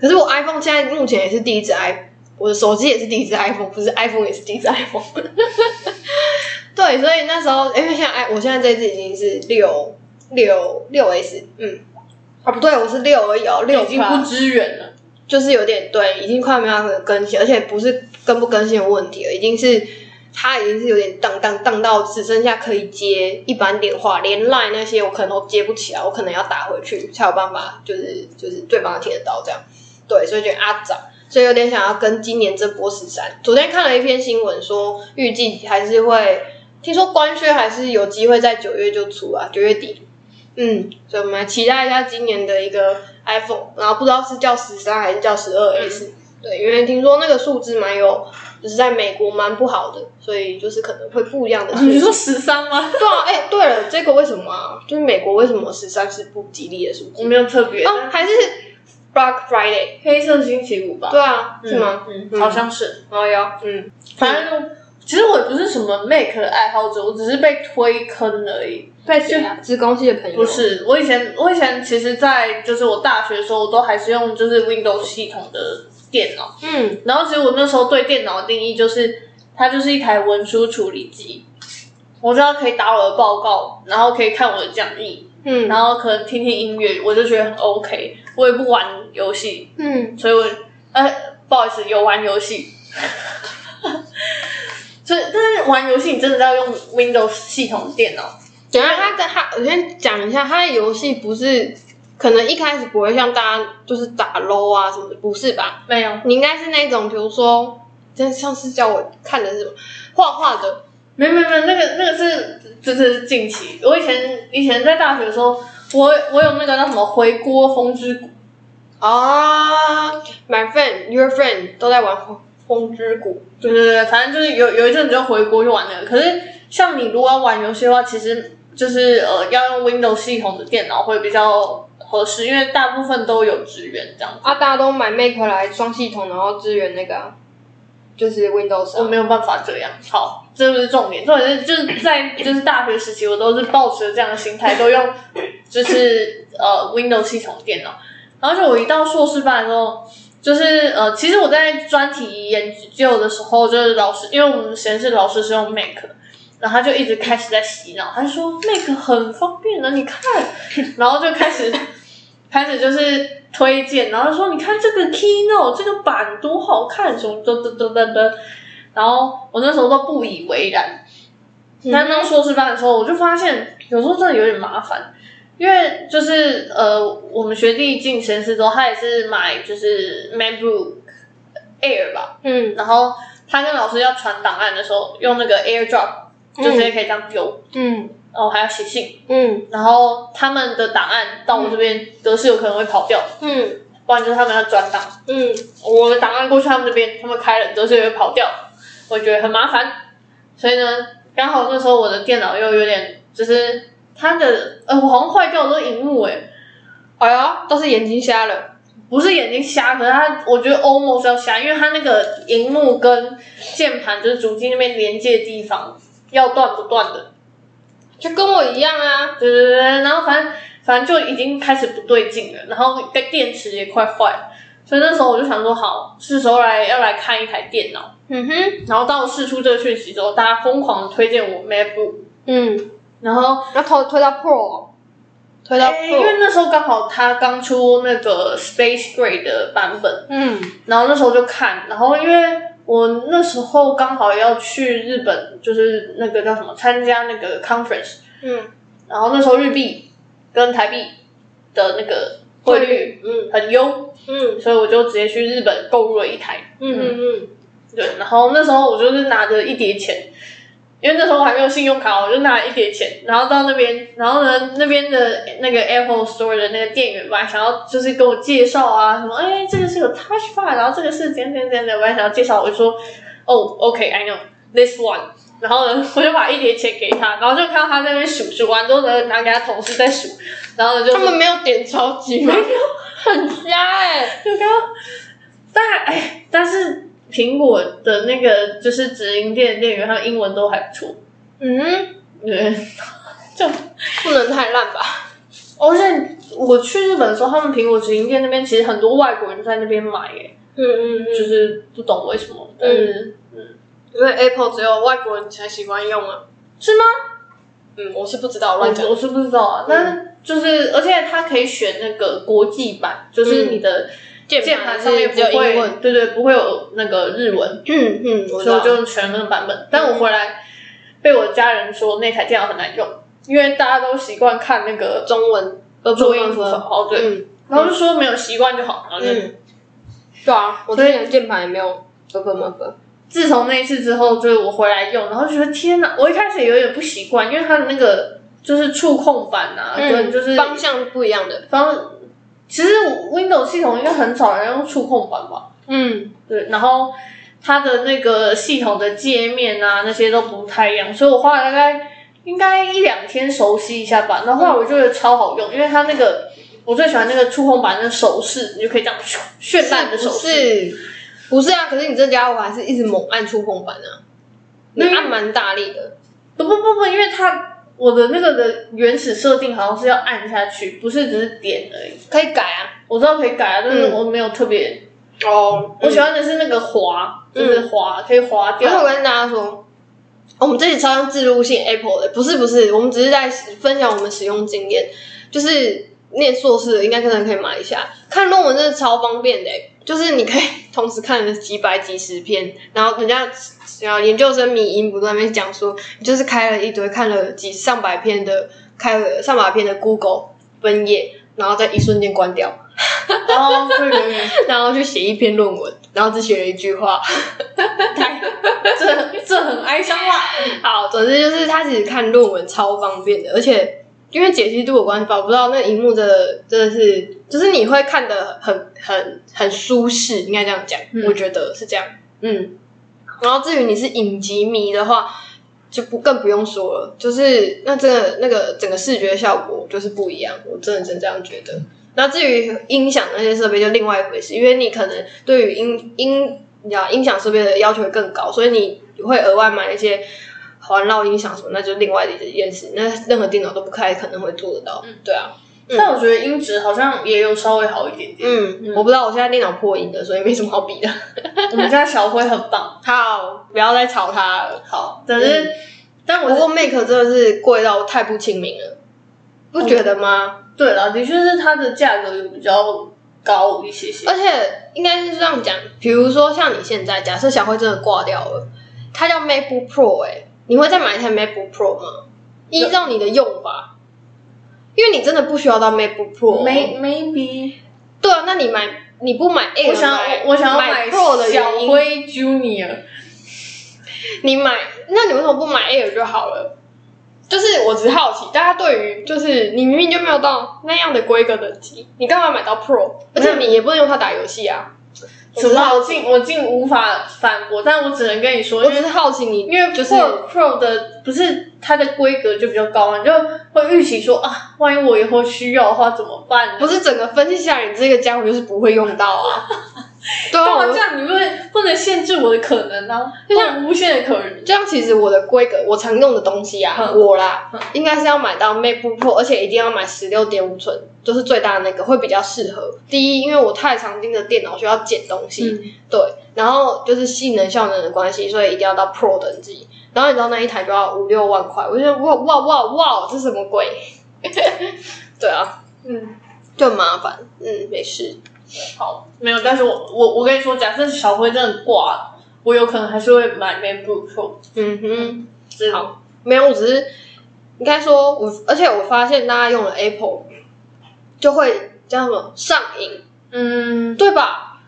Speaker 1: 可是我 iPhone 现在目前也是第一只 i，我的手机也是第一只 iPhone，不是 iPhone 也是第一只 iPhone。对，所以那时候，因为现在 i 我现在这只已经是六六六 S，嗯，啊不对，我是六而已哦，六
Speaker 2: 已经不支援了。
Speaker 1: 就是有点对，已经快没办法更新，而且不是更不更新的问题了，已经是它已经是有点荡荡荡到只剩下可以接一般电话，连 Line 那些我可能都接不起来，我可能要打回去才有办法，就是就是对方听得到这样。对，所以觉得阿涨，所以有点想要跟今年这波十三。昨天看了一篇新闻说，预计还是会听说官宣还是有机会在九月就出啊，九月底。嗯，所以我们来期待一下今年的一个 iPhone，然后不知道是叫十三还是叫十二
Speaker 2: 嗯
Speaker 1: S，、对，因为听说那个数字蛮有，就是在美国蛮不好的，所以就是可能会不一样的数字。
Speaker 2: 啊哦你说十三吗？
Speaker 1: 对啊，哎、对了，
Speaker 2: 嗯
Speaker 1: 这个为什么啊？就是美国为什么十三是不吉利的数字？
Speaker 2: 我没有特别。
Speaker 1: 哦，还是 Black Friday，
Speaker 2: 黑色星期五吧？
Speaker 1: 对啊，是吗？
Speaker 2: 嗯，
Speaker 1: 嗯
Speaker 2: 好像是。
Speaker 1: 哦哟，嗯，
Speaker 2: 反正其实我也不是什么 Make 的爱好者，我只是被推坑而已。
Speaker 1: 被子公系的朋友
Speaker 2: 不是，我以前我以前其实，在就是我大学的时候，我都还是用就是 Windows 系统的电脑。
Speaker 1: 嗯，
Speaker 2: 然后其实我那时候对电脑的定义就是，它就是一台文书处理机。我知道可以打我的报告，然后可以看我的讲义，
Speaker 1: 嗯，
Speaker 2: 然后可能听听音乐，我就觉得很 OK。我也不玩游戏，
Speaker 1: 嗯，
Speaker 2: 所以我呃，不好意思，有玩游戏。 所以，但是玩游戏你真的要用 Windows 系统电脑，
Speaker 1: 等一下他跟他，我先讲一下，他的游戏不是可能一开始不会像大家就是打 low 啊什么的，不是吧？
Speaker 2: 没有
Speaker 1: 你应该是那种，比如说，真上次叫我看的是什么画画的，
Speaker 2: 没有没有没有，那个那个是真的是近期。我以前以前在大学的时候，我我有那个叫什么回锅风之谷，
Speaker 1: 啊、m y friend, your friend 都在玩风风之谷。
Speaker 2: 对对对，反正就是有有一阵子就回锅就玩那个。可是像你如果要玩游戏的话，其实就是呃要用 Windows 系统的电脑会比较合适，因为大部分都有支援这样子。
Speaker 1: 啊，大家都买 Make 来双系统，然后支援那个啊、就是 Windows
Speaker 2: 我
Speaker 1: 啊、
Speaker 2: 没有办法这样。好，这不是重点，重点是就是在就是大学时期，我都是抱持这样的心态，都用就是呃 Windows 系统电脑。然后就我一到硕士班的时候，就是呃，其实我在专题研究的时候，就是老师，因为我们实验室老师是用 Mac。然后他就一直开始在洗脑，他就说 Mac 很方便啊的，你看，然后就开始开始就是推荐，然后说你看这个 Keynote 这个版多好看，什么的的的的的。然后我那时候都不以为然，但当硕士班的时候，我就发现有时候真的有点麻烦，因为就是呃，我们学弟进实验室之后，他也是买就是 MacBook Air 吧，
Speaker 1: 嗯
Speaker 2: 然后他跟老师要传档案的时候，用那个 AirDrop 就直接可以这样丢，
Speaker 1: 嗯
Speaker 2: 然后还要写信，
Speaker 1: 嗯
Speaker 2: 然后他们的档案到我这边格式有可能会跑掉，
Speaker 1: 嗯
Speaker 2: 不然就是他们要转档，
Speaker 1: 嗯，
Speaker 2: 我的档案过去他们这边，他们开了格式也会跑掉，我觉得很麻烦，所以呢，刚好那时候我的电脑又有点就是它的呃，我好像坏掉我的荧幕欸诶、
Speaker 1: 哎呀，都是眼睛瞎了。
Speaker 2: 不是眼睛瞎，可是它我觉得 almost 要瞎，因为它那个荧幕跟键盘就是主机那边连接的地方要断不断的，
Speaker 1: 就跟我一样啊，
Speaker 2: 对对对，然后反正反正就已经开始不对劲了，然后跟电池也快坏了，所以那时候我就想说，好，是时候来要来看一台电脑。
Speaker 1: 嗯哼，
Speaker 2: 然后到试出这个讯息之后，大家疯狂地推荐我 MacBook，
Speaker 1: 嗯，
Speaker 2: 然后
Speaker 1: 然后推推到 Pro，推到
Speaker 2: 哎因为
Speaker 1: Pro，、
Speaker 2: 那时候刚好它刚出那个 Space Gray 的版本，
Speaker 1: 嗯
Speaker 2: 然后那时候就看，然后因为我那时候刚好要去日本，就是那个叫什么参加那个 conference，
Speaker 1: 嗯
Speaker 2: 然后那时候日币跟台币的那个汇率
Speaker 1: 嗯
Speaker 2: 很优，
Speaker 1: 嗯
Speaker 2: 所以我就直接去日本购入了一台。
Speaker 1: 嗯嗯
Speaker 2: 对，然后那时候我就是拿着一叠钱，因为那时候我还没有信用卡，我就拿了一叠钱，然后到那边，然后呢那边的那个 Apple Store 的那个店员吧，想要就是跟我介绍啊，什么哎这个是有 Touch Bar，然后这个是怎样怎样怎样的，我还想要介绍，我就说哦，OK，I、know this one。然后呢， 我就把一叠钱给他，然后就看到他在那边数，数完之后呢，拿给他同事在数，然后呢就
Speaker 1: 他们没有点超级 吗？很瞎哎、
Speaker 2: 就刚刚，但哎，但是苹果的那个就是直营店的店员，他们英文都还不错。
Speaker 1: 嗯，
Speaker 2: 对，就
Speaker 1: 不能太烂吧？
Speaker 2: 而且哦我去日本的时候，他们苹果直营店那边其实很多外国人在那边买，耶，
Speaker 1: 嗯嗯嗯
Speaker 2: 就是不懂为什么，但是
Speaker 1: 因为 Apple 只有外国人才喜欢用啊。
Speaker 2: 是吗？
Speaker 1: 嗯，我是不知道，
Speaker 2: 我
Speaker 1: 乱讲。
Speaker 2: 我是不知道啊，但是就是而且它可以选那个国际版，就是你的嗯键盘上面
Speaker 1: 键盘上面
Speaker 2: 不
Speaker 1: 只有英
Speaker 2: 会，
Speaker 1: 文
Speaker 2: 对对，不会有那个日文。
Speaker 1: 嗯嗯，我
Speaker 2: 所以我就选了那个版本。但我回来被我家人说那台电脑很难用，因为大家都习惯看那个
Speaker 1: 中文呃
Speaker 2: 注音符号，对，
Speaker 1: 嗯
Speaker 2: 然后就说没有习惯就好。然后就
Speaker 1: 嗯，对啊，我之
Speaker 2: 所以
Speaker 1: 前的键盘也没有不不不不，
Speaker 2: 自从那一次之后，就是我回来用，然后觉得天哪！我一开始也有点不习惯，因为它的那个就是触控板啊，
Speaker 1: 嗯
Speaker 2: 跟就是
Speaker 1: 方向不一样的。
Speaker 2: 方。其实 Windows 系统应该很少人用触控板吧？
Speaker 1: 嗯
Speaker 2: 对，然后它的那个系统的界面啊，那些都不太一样，所以我花了大概应该一两天熟悉一下吧。然后后来我就觉得超好用，因为它那个我最喜欢那个触控板那个手势，你就可以这样咻绚烂的手势。
Speaker 1: 是不是啊？可是你这家伙还是一直猛按触控板啊，你
Speaker 2: 那个
Speaker 1: 按蛮大力的。
Speaker 2: 不不不不，因为它我的那个的原始设定好像是要按下去，不是只是点而已。
Speaker 1: 可以改啊。
Speaker 2: 我知道可以改啊，但是
Speaker 1: 嗯
Speaker 2: 我没有特别。
Speaker 1: 哦
Speaker 2: 我
Speaker 1: 我喜
Speaker 2: 喜
Speaker 1: 欢。
Speaker 2: 欢的是那个滑，就是滑可以滑
Speaker 1: 而且我
Speaker 2: 掉。
Speaker 1: 跟大家说，哦我们这里超像自入性 Apple 的，不是不是，我们只是在分享我们使用经验，就是。念硕士的应该真的可以买一下，看论文真的超方便的、欸就是你可以 同时看了几百几十篇，然后人家然后研究生迷音不断地讲说，你就是开了一堆看了几上百篇的，开了上百篇的 Google 分页，然后在一瞬间关掉，
Speaker 2: 然后对对对，
Speaker 1: 然后去写一篇论文，然后只写了一句话，
Speaker 2: 这这很哀伤啊啦。
Speaker 1: 好，总之就是他其实看论文超方便的，而且因为解析度有关系吧，我不知道那荧幕的真的是，就是你会看的很很很舒适，应该这样讲，
Speaker 2: 嗯
Speaker 1: 我觉得是这样。嗯，然后至于你是影集迷的话，就不更不用说了，就是那这个那个整个视觉效果就是不一样，我真的真这样觉得。那至于音响那些设备就另外一回事，因为你可能对于音音你知道音响设备的要求会更高，所以你会额外买一些环绕音响什么，那就另外的一件事，那任何电脑都不开可能会做得到。嗯，对啊，嗯
Speaker 2: 但我觉得音质好像也有稍微好一点点。
Speaker 1: 嗯，我不知道我现在电脑破音的，所以没什么好比 的。
Speaker 2: 我们家小灰很 棒，
Speaker 1: 好，不要再吵他了。
Speaker 2: 好，但是、
Speaker 1: 嗯
Speaker 2: 但我
Speaker 1: 不
Speaker 2: 是
Speaker 1: 过 Make 真的是贵到太不亲民了，不觉得吗？
Speaker 2: 对了，的确是它的价格有比较高一些些。
Speaker 1: 而且应该是这样讲，比如说像你现在，假设小慧真的挂掉了，它叫 MacBook Pro，哎、你会再买一台 MacBook Pro 吗？依照你的用法，因为你真的不需要到 MacBook Pro。哦
Speaker 2: May- maybe
Speaker 1: 对啊，那你买你不买 Air，
Speaker 2: 我想
Speaker 1: 买
Speaker 2: 我想要
Speaker 1: 买
Speaker 2: 买
Speaker 1: Pro 的
Speaker 2: 小
Speaker 1: 原因，
Speaker 2: 灰 Junior，
Speaker 1: 你买那你为什么不买 Air 就好了？就是我只好奇，大家对于就是你明明就没有到那样的规格等级，你干嘛买到 Pro？而且你也不能用它打游戏啊。
Speaker 2: 什
Speaker 1: 我只
Speaker 2: 么
Speaker 1: 好
Speaker 2: 我
Speaker 1: 奇
Speaker 2: 竟我竟无法反驳，但我只能跟你说，
Speaker 1: 我
Speaker 2: 因
Speaker 1: 只
Speaker 2: 为
Speaker 1: 是好奇你，
Speaker 2: 因为
Speaker 1: 就是
Speaker 2: Pro Pro 的不是它的规格就比较高嘛，你就会预期说啊，万一我以后需要的话怎么办呢？
Speaker 1: 不是整个分析下来，你这个家伙就是不会用到 啊。对
Speaker 2: 干
Speaker 1: 啊，
Speaker 2: 嘛
Speaker 1: 我
Speaker 2: 这样？你不能不能限制我的可能啊，就像无限的可能。
Speaker 1: 这样其实我的规格，我常用的东西啊，
Speaker 2: 嗯
Speaker 1: 我啦
Speaker 2: 嗯，
Speaker 1: 应该是要买到 MacBook Pro，而且一定要买十六点五寸，就是最大的那个会比较适合。第一，因为我太常盯着电脑需要剪东西，
Speaker 2: 嗯
Speaker 1: 对，然后就是性能效能的关系，所以一定要到 Pro 等级。然后你知道那一台就要五六万块，我就觉得哇哇哇哇，这什么鬼？ 对啊，
Speaker 2: 嗯，
Speaker 1: 就很麻烦。嗯，没事。
Speaker 2: 好，没有，但是我我我跟你说，假设小辉真的挂了，我有可能还是会买 MacBook Pro。
Speaker 1: 嗯哼。
Speaker 2: 是
Speaker 1: 好，没有，我只是应该说我，而且我发现大家用了 Apple 就会叫什么上瘾，
Speaker 2: 嗯，
Speaker 1: 对吧？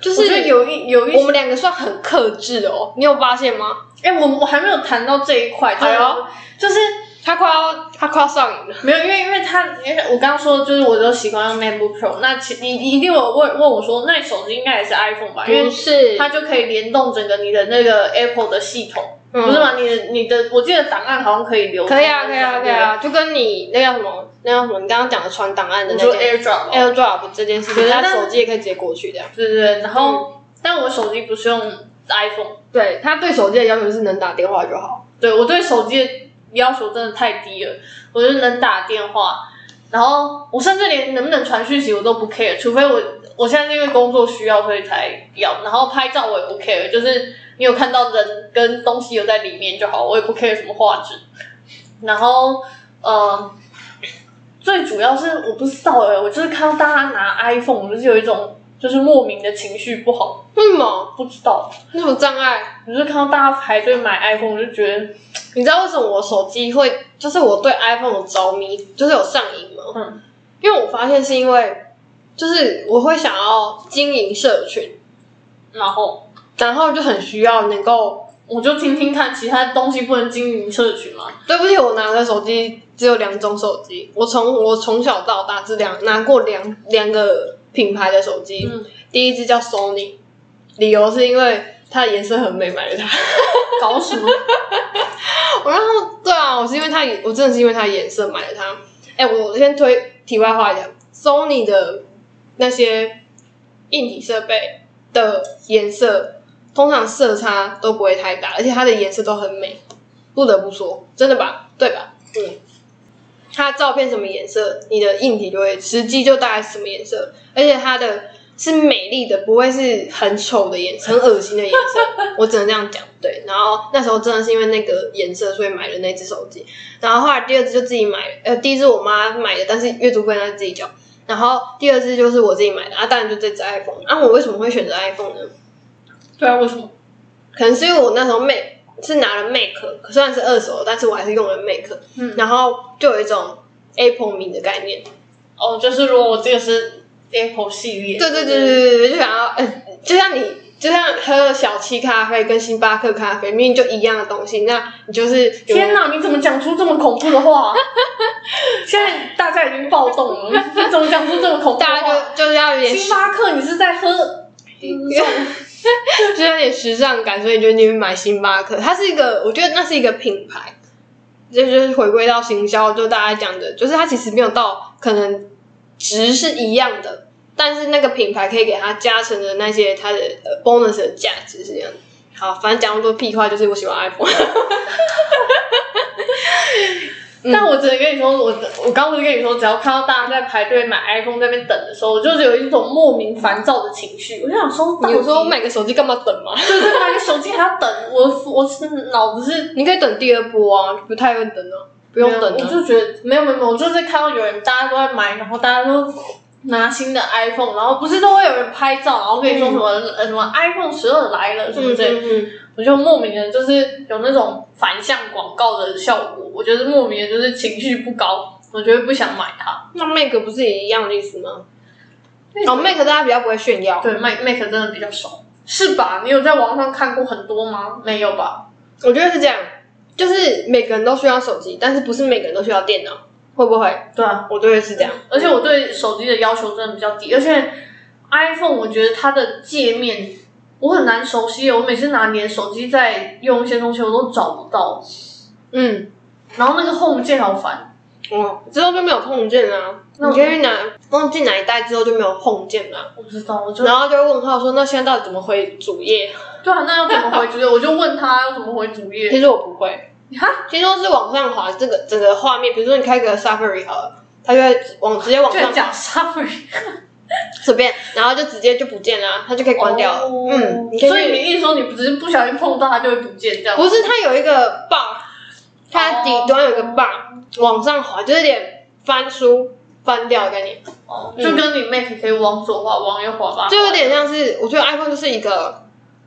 Speaker 1: 就
Speaker 2: 我觉得
Speaker 1: 是
Speaker 2: 有一有一
Speaker 1: 我，们两个算很克制的哦，你有发现吗？
Speaker 2: 哎、我我还没有谈到这一块，就是
Speaker 1: 哎呦
Speaker 2: 就是
Speaker 1: 他快要他快要上瘾了，
Speaker 2: 没有，因为因为他，因为我刚刚说就是我都习惯用 MacBook Pro，那其你你一定有问问我说，那你手机应该也是 iPhone 吧？因
Speaker 1: 嗯
Speaker 2: 为
Speaker 1: 是
Speaker 2: 它就可以联动整个你的那个 Apple 的系统，
Speaker 1: 嗯
Speaker 2: 不是吗？你的你的，我记得档案好像可以留。
Speaker 1: 可以啊，可以啊，可以。啊，就跟你那叫什么那叫什么，你刚刚讲的传档案的
Speaker 2: 你
Speaker 1: 那
Speaker 2: 说
Speaker 1: 件
Speaker 2: AirDrop，、哦
Speaker 1: AirDrop 这件事
Speaker 2: 可
Speaker 1: 情，
Speaker 2: 是
Speaker 1: 他
Speaker 2: 但
Speaker 1: 手机也可以直接过去这样。
Speaker 2: 对对对，然后、但我手机不是用 iPhone，
Speaker 1: 对他对手机的要求是能打电话就好。
Speaker 2: 对我对手机的要求真的太低了，我就是能打电话，然后我甚至连能不能传讯息我都不 care，除非我我现在是因为工作需要所以才要，然后拍照我也不 care，就是你有看到人跟东西有在里面就好，我也不 care 什么画质，然后呃。最主要是我不知道哎、我就是看到大家拿 iPhone，我就是有一种就是莫名的情绪不好，
Speaker 1: 为什么？
Speaker 2: 不知道。
Speaker 1: 那什么障碍？
Speaker 2: 我就是看到大家排队买 iPhone，我就觉得，
Speaker 1: 你知道为什么我手机会，就是我对 iPhone 有着迷，就是有上瘾吗？
Speaker 2: 嗯，
Speaker 1: 因为我发现是因为，就是我会想要经营社群，
Speaker 2: 然后
Speaker 1: 然后就很需要能够，
Speaker 2: 我就听听看其他东西不能经营社群嘛。
Speaker 1: 对不起，我拿的手机只有两种手机，我从我从小到大只两拿过两两个品牌的手机，
Speaker 2: 嗯，
Speaker 1: 第一只叫 Sony，理由是因为它的颜色很美，买了它。
Speaker 2: 搞 什么？
Speaker 1: 我然后对啊，我是因为它，我真的是因为它的颜色买了它。哎、我先推题外话一下， Sony 的那些硬体设备的颜色，通常色差都不会太大，而且它的颜色都很美，不得不说，真的吧？对吧？嗯，它照片什么颜色，你的硬体就会实际就大概是什么颜色，而且它的是美丽的，不会是很丑的颜色，很恶心的颜色，我只能这样讲。对，然后那时候真的是因为那个颜色，所以买了那只手机。然后后来第二只就自己买了，呃，第一只我妈买的，但是月租费她自己交。然后第二只就是我自己买的，啊，当然就这只 iPhone。啊，我为什么会选择 iPhone 呢？
Speaker 2: 对啊，为什么？
Speaker 1: 可能是因为我那时候 Mac 是拿了 Mac，虽然是二手的，但是我还是用了 Mac，
Speaker 2: 嗯，
Speaker 1: 然后就有一种 Apple 迷的概念。
Speaker 2: 哦，就是如果我这个是 Apple 系列，
Speaker 1: 对对对对对对，就想要，呃、就像你，就像喝小七咖啡跟星巴克咖啡，明明就一样的东西，那你就是有
Speaker 2: 天哪！你怎么讲出这么恐怖 的话？现在大家已经暴动了，你怎么讲出这么恐怖的
Speaker 1: 大
Speaker 2: 话？
Speaker 1: 家就就是要有点
Speaker 2: 星巴克，你是在喝？
Speaker 1: 就是有点时尚感，所以你就宁愿买星巴克。它是一个，我觉得那是一个品牌，这就是回归到行销，就大家讲的，就是它其实没有到可能值是一样的，但是那个品牌可以给它加成的那些它的呃 bonus 的价值是这样的。好，反正讲那么多屁话，就是我喜欢 iPhone。嗯
Speaker 2: 但我只能跟你说，我我刚不是跟你说，只要看到大家在排队买 iPhone 在那边等的时候，我就是有一种莫名烦躁的情绪。我就想说，
Speaker 1: 你有时候
Speaker 2: 买
Speaker 1: 买个手机干嘛等嘛？
Speaker 2: 对对，买个手机还要等，我我是脑子是
Speaker 1: 你可以等第二波啊，不太会等啊，不
Speaker 2: 不
Speaker 1: 用等
Speaker 2: 我
Speaker 1: 啊。
Speaker 2: 就觉得没有没有没有，我就是看到有人大家都在买，然后大家都拿新的 iPhone，然后不是都会有人拍照，然后跟你说什么、呃什么 iPhone 十二来了什么
Speaker 1: 嗯
Speaker 2: 之类的，
Speaker 1: 嗯
Speaker 2: 我就莫名的就是有那种反向广告的效果，我觉得莫名的就是情绪不高，我觉得不想买它。
Speaker 1: 嗯，那 Make 不是也一样的意思吗？
Speaker 2: Mac-
Speaker 1: 哦，Make 大家比较不会炫耀。
Speaker 2: 对，Mac Mac 真的比较少，是吧？你有在网上看过很多吗？没有吧？
Speaker 1: 我觉得是这样，就是每个人都需要手机，但是不是每个人都需要电脑，会不会？嗯
Speaker 2: 对啊，
Speaker 1: 我觉得是这样。
Speaker 2: 而且我对手机的要求真的比较低，而且 iPhone 我觉得它的界面我很难熟悉，我每次拿你的手机在用一些东西我都找不到，
Speaker 1: 嗯，
Speaker 2: 然后那个 Home 键好烦。
Speaker 1: 哦，之后就没有碰键啦。
Speaker 2: 那
Speaker 1: 你
Speaker 2: 我
Speaker 1: 就去哪忘记哪一代之后就没有碰键啦，
Speaker 2: 我不知道，我就
Speaker 1: 然后就会问号说那现在到底怎么回主页？
Speaker 2: 对啊，那要怎么回主页？我就问他要怎么回主 页。
Speaker 1: 其实我不会，
Speaker 2: 哈，
Speaker 1: 听说是往上滑这个整个画面，比如说你开个 Safari 好了，它就会往直接往
Speaker 2: 就
Speaker 1: 上
Speaker 2: 讲 summary，
Speaker 1: 随便，然后就直接就不见啦，它就可以关掉了。
Speaker 2: 哦
Speaker 1: 嗯，你可
Speaker 2: 所以
Speaker 1: 去
Speaker 2: 你一说你只是不小心碰到它就会不见这样。
Speaker 1: 不是，它有一个 bar，它
Speaker 2: 哦
Speaker 1: 底端有一个 bar，、往上滑，就是有点翻书翻掉的概念，
Speaker 2: 哦，就跟你 Mac 可以往左滑，往右滑吧。
Speaker 1: 嗯就有点像是我觉得 iPhone 就是一个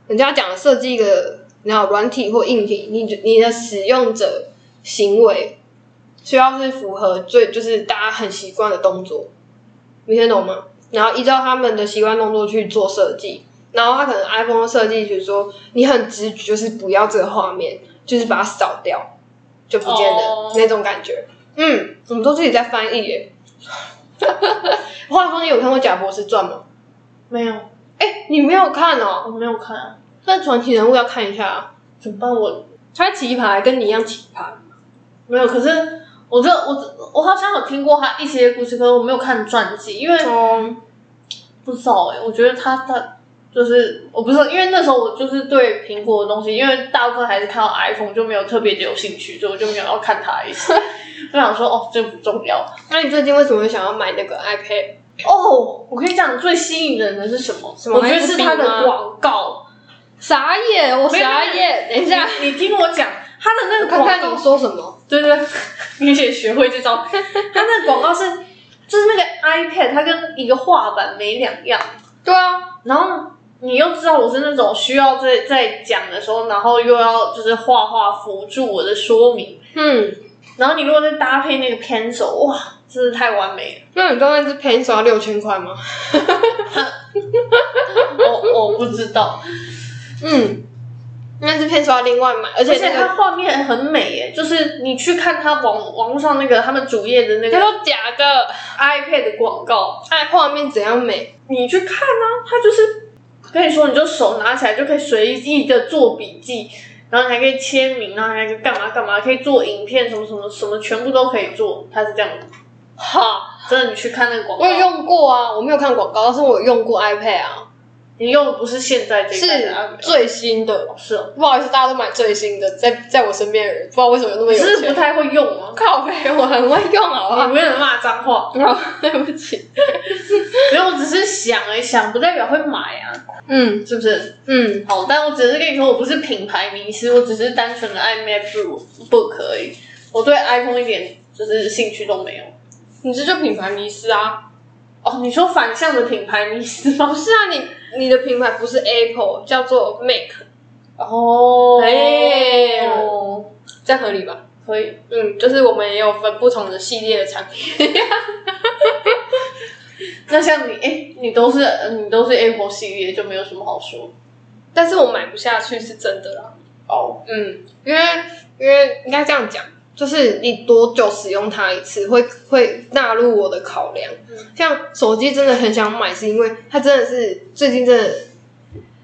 Speaker 1: 人家讲的设计一个，然后软体或硬体，你你的使用者行为需要是符合最就是大家很习惯的动作，你听得懂吗？然后依照他们的习惯动作去做设计，然后他可能 iPhone 的设计，比如说你很直觉就是不要这个画面，就是把它扫掉，就不见了、
Speaker 2: 哦
Speaker 1: 那种感觉。嗯，我们都自己在翻译耶。 话说你有看过《贾博士传》吗？
Speaker 2: 没有，
Speaker 1: 哎，你没有看哦，
Speaker 2: 我没有看啊，
Speaker 1: 那传奇人物要看一下啊。
Speaker 2: 怎么办？我
Speaker 1: 他棋牌跟你一样棋牌，
Speaker 2: 没有，可是我这我这我好像有听过他一些故事，可是我没有看传记，因为
Speaker 1: 哦，
Speaker 2: 不知道哎、我觉得他他就是我不知道，因为那时候我就是对苹果的东西，因为大部分还是看到 iPhone 就没有特别的有兴趣，所以我就没有要看他 一些。我想说哦，这不重要
Speaker 1: 那你最近为什么会想要买那个 iPad？
Speaker 2: 哦。我跟你讲，最吸引人的是什么？
Speaker 1: 什么
Speaker 2: 我觉得是它
Speaker 1: USB 吗
Speaker 2: 的广告。
Speaker 1: 傻眼，我
Speaker 2: 没有
Speaker 1: 傻眼。等一下，
Speaker 2: 你你听我讲，它的那个
Speaker 1: 看
Speaker 2: 广
Speaker 1: 看
Speaker 2: 告
Speaker 1: 你说什么。
Speaker 2: 对对， 你也学会 这招。它那个广告是，就是那个 iPad，它跟一个画板没两样。
Speaker 1: 对啊，
Speaker 2: 然后你又知道我是那种需要在在讲的时候，然后又要就是画画辅助我的说明。
Speaker 1: 嗯，
Speaker 2: 然后你如果再搭配那个 pencil，哇，真是太完美了。
Speaker 1: 那你知道那只 pencil 要六千块吗？
Speaker 2: 我我不知道，
Speaker 1: 嗯，那只 pencil 要另外买，而
Speaker 2: 而
Speaker 1: 且
Speaker 2: 且
Speaker 1: 那
Speaker 2: 它
Speaker 1: 个
Speaker 2: 画面很美耶，就是你去看它网网络上那个他们主页的那
Speaker 1: 它
Speaker 2: 个
Speaker 1: 都假的，
Speaker 2: iPad 的广告，
Speaker 1: 哎，画面怎样美？
Speaker 2: 你去看啊，它就是跟你说，你就手拿起来就可以随意的做笔记，然后你还可以签名，然后你还可以干嘛干嘛，可以做影片，什么什么什么，全部都可以做，它是这样的。
Speaker 1: 哈，
Speaker 2: 真的，你去看那个广告，
Speaker 1: 我有用过啊，我没有看广告，但是我有用过 iPad 啊，
Speaker 2: 你用的不是现在这一代
Speaker 1: 是
Speaker 2: 的 iPad
Speaker 1: 最新的。
Speaker 2: 是哦，
Speaker 1: 不好意思，大家都买最新的，在在我身边的人不知道为什么有那么
Speaker 2: 你
Speaker 1: 有
Speaker 2: 是不是
Speaker 1: 钱。
Speaker 2: 不太会用吗？
Speaker 1: 靠背，我很会用，好不
Speaker 2: 你
Speaker 1: 好？
Speaker 2: 没有骂脏话，
Speaker 1: 对不起。
Speaker 2: 没有，我只是想而已，想不代表会买啊，
Speaker 1: 嗯
Speaker 2: 是不是？
Speaker 1: 嗯，
Speaker 2: 好，但我只是跟你说，我不是品牌迷失，我只是单纯的爱 MacBook 而已，我对 iPhone 一点就是兴趣都没有。
Speaker 1: 你这就品牌迷失啊！
Speaker 2: 哦，你说反向的品牌迷失
Speaker 1: 不
Speaker 2: 吗？
Speaker 1: 是啊，你你的品牌不是 Apple，叫做 Make，
Speaker 2: 哦
Speaker 1: 哎
Speaker 2: 哦
Speaker 1: 这样合理吧？
Speaker 2: 可以，
Speaker 1: 嗯，就是我们也有分不同的系列的产品。
Speaker 2: 那像你，哎、你都是你都是 Apple 系列，就没有什么好说。
Speaker 1: 但是我买不下去是真的啦。
Speaker 2: 哦，
Speaker 1: 嗯，因为因为应该这样讲，就是你多久使用它一次会会纳入我的考量。
Speaker 2: 嗯
Speaker 1: 像手机真的很想买，是因为它真的是最近真的，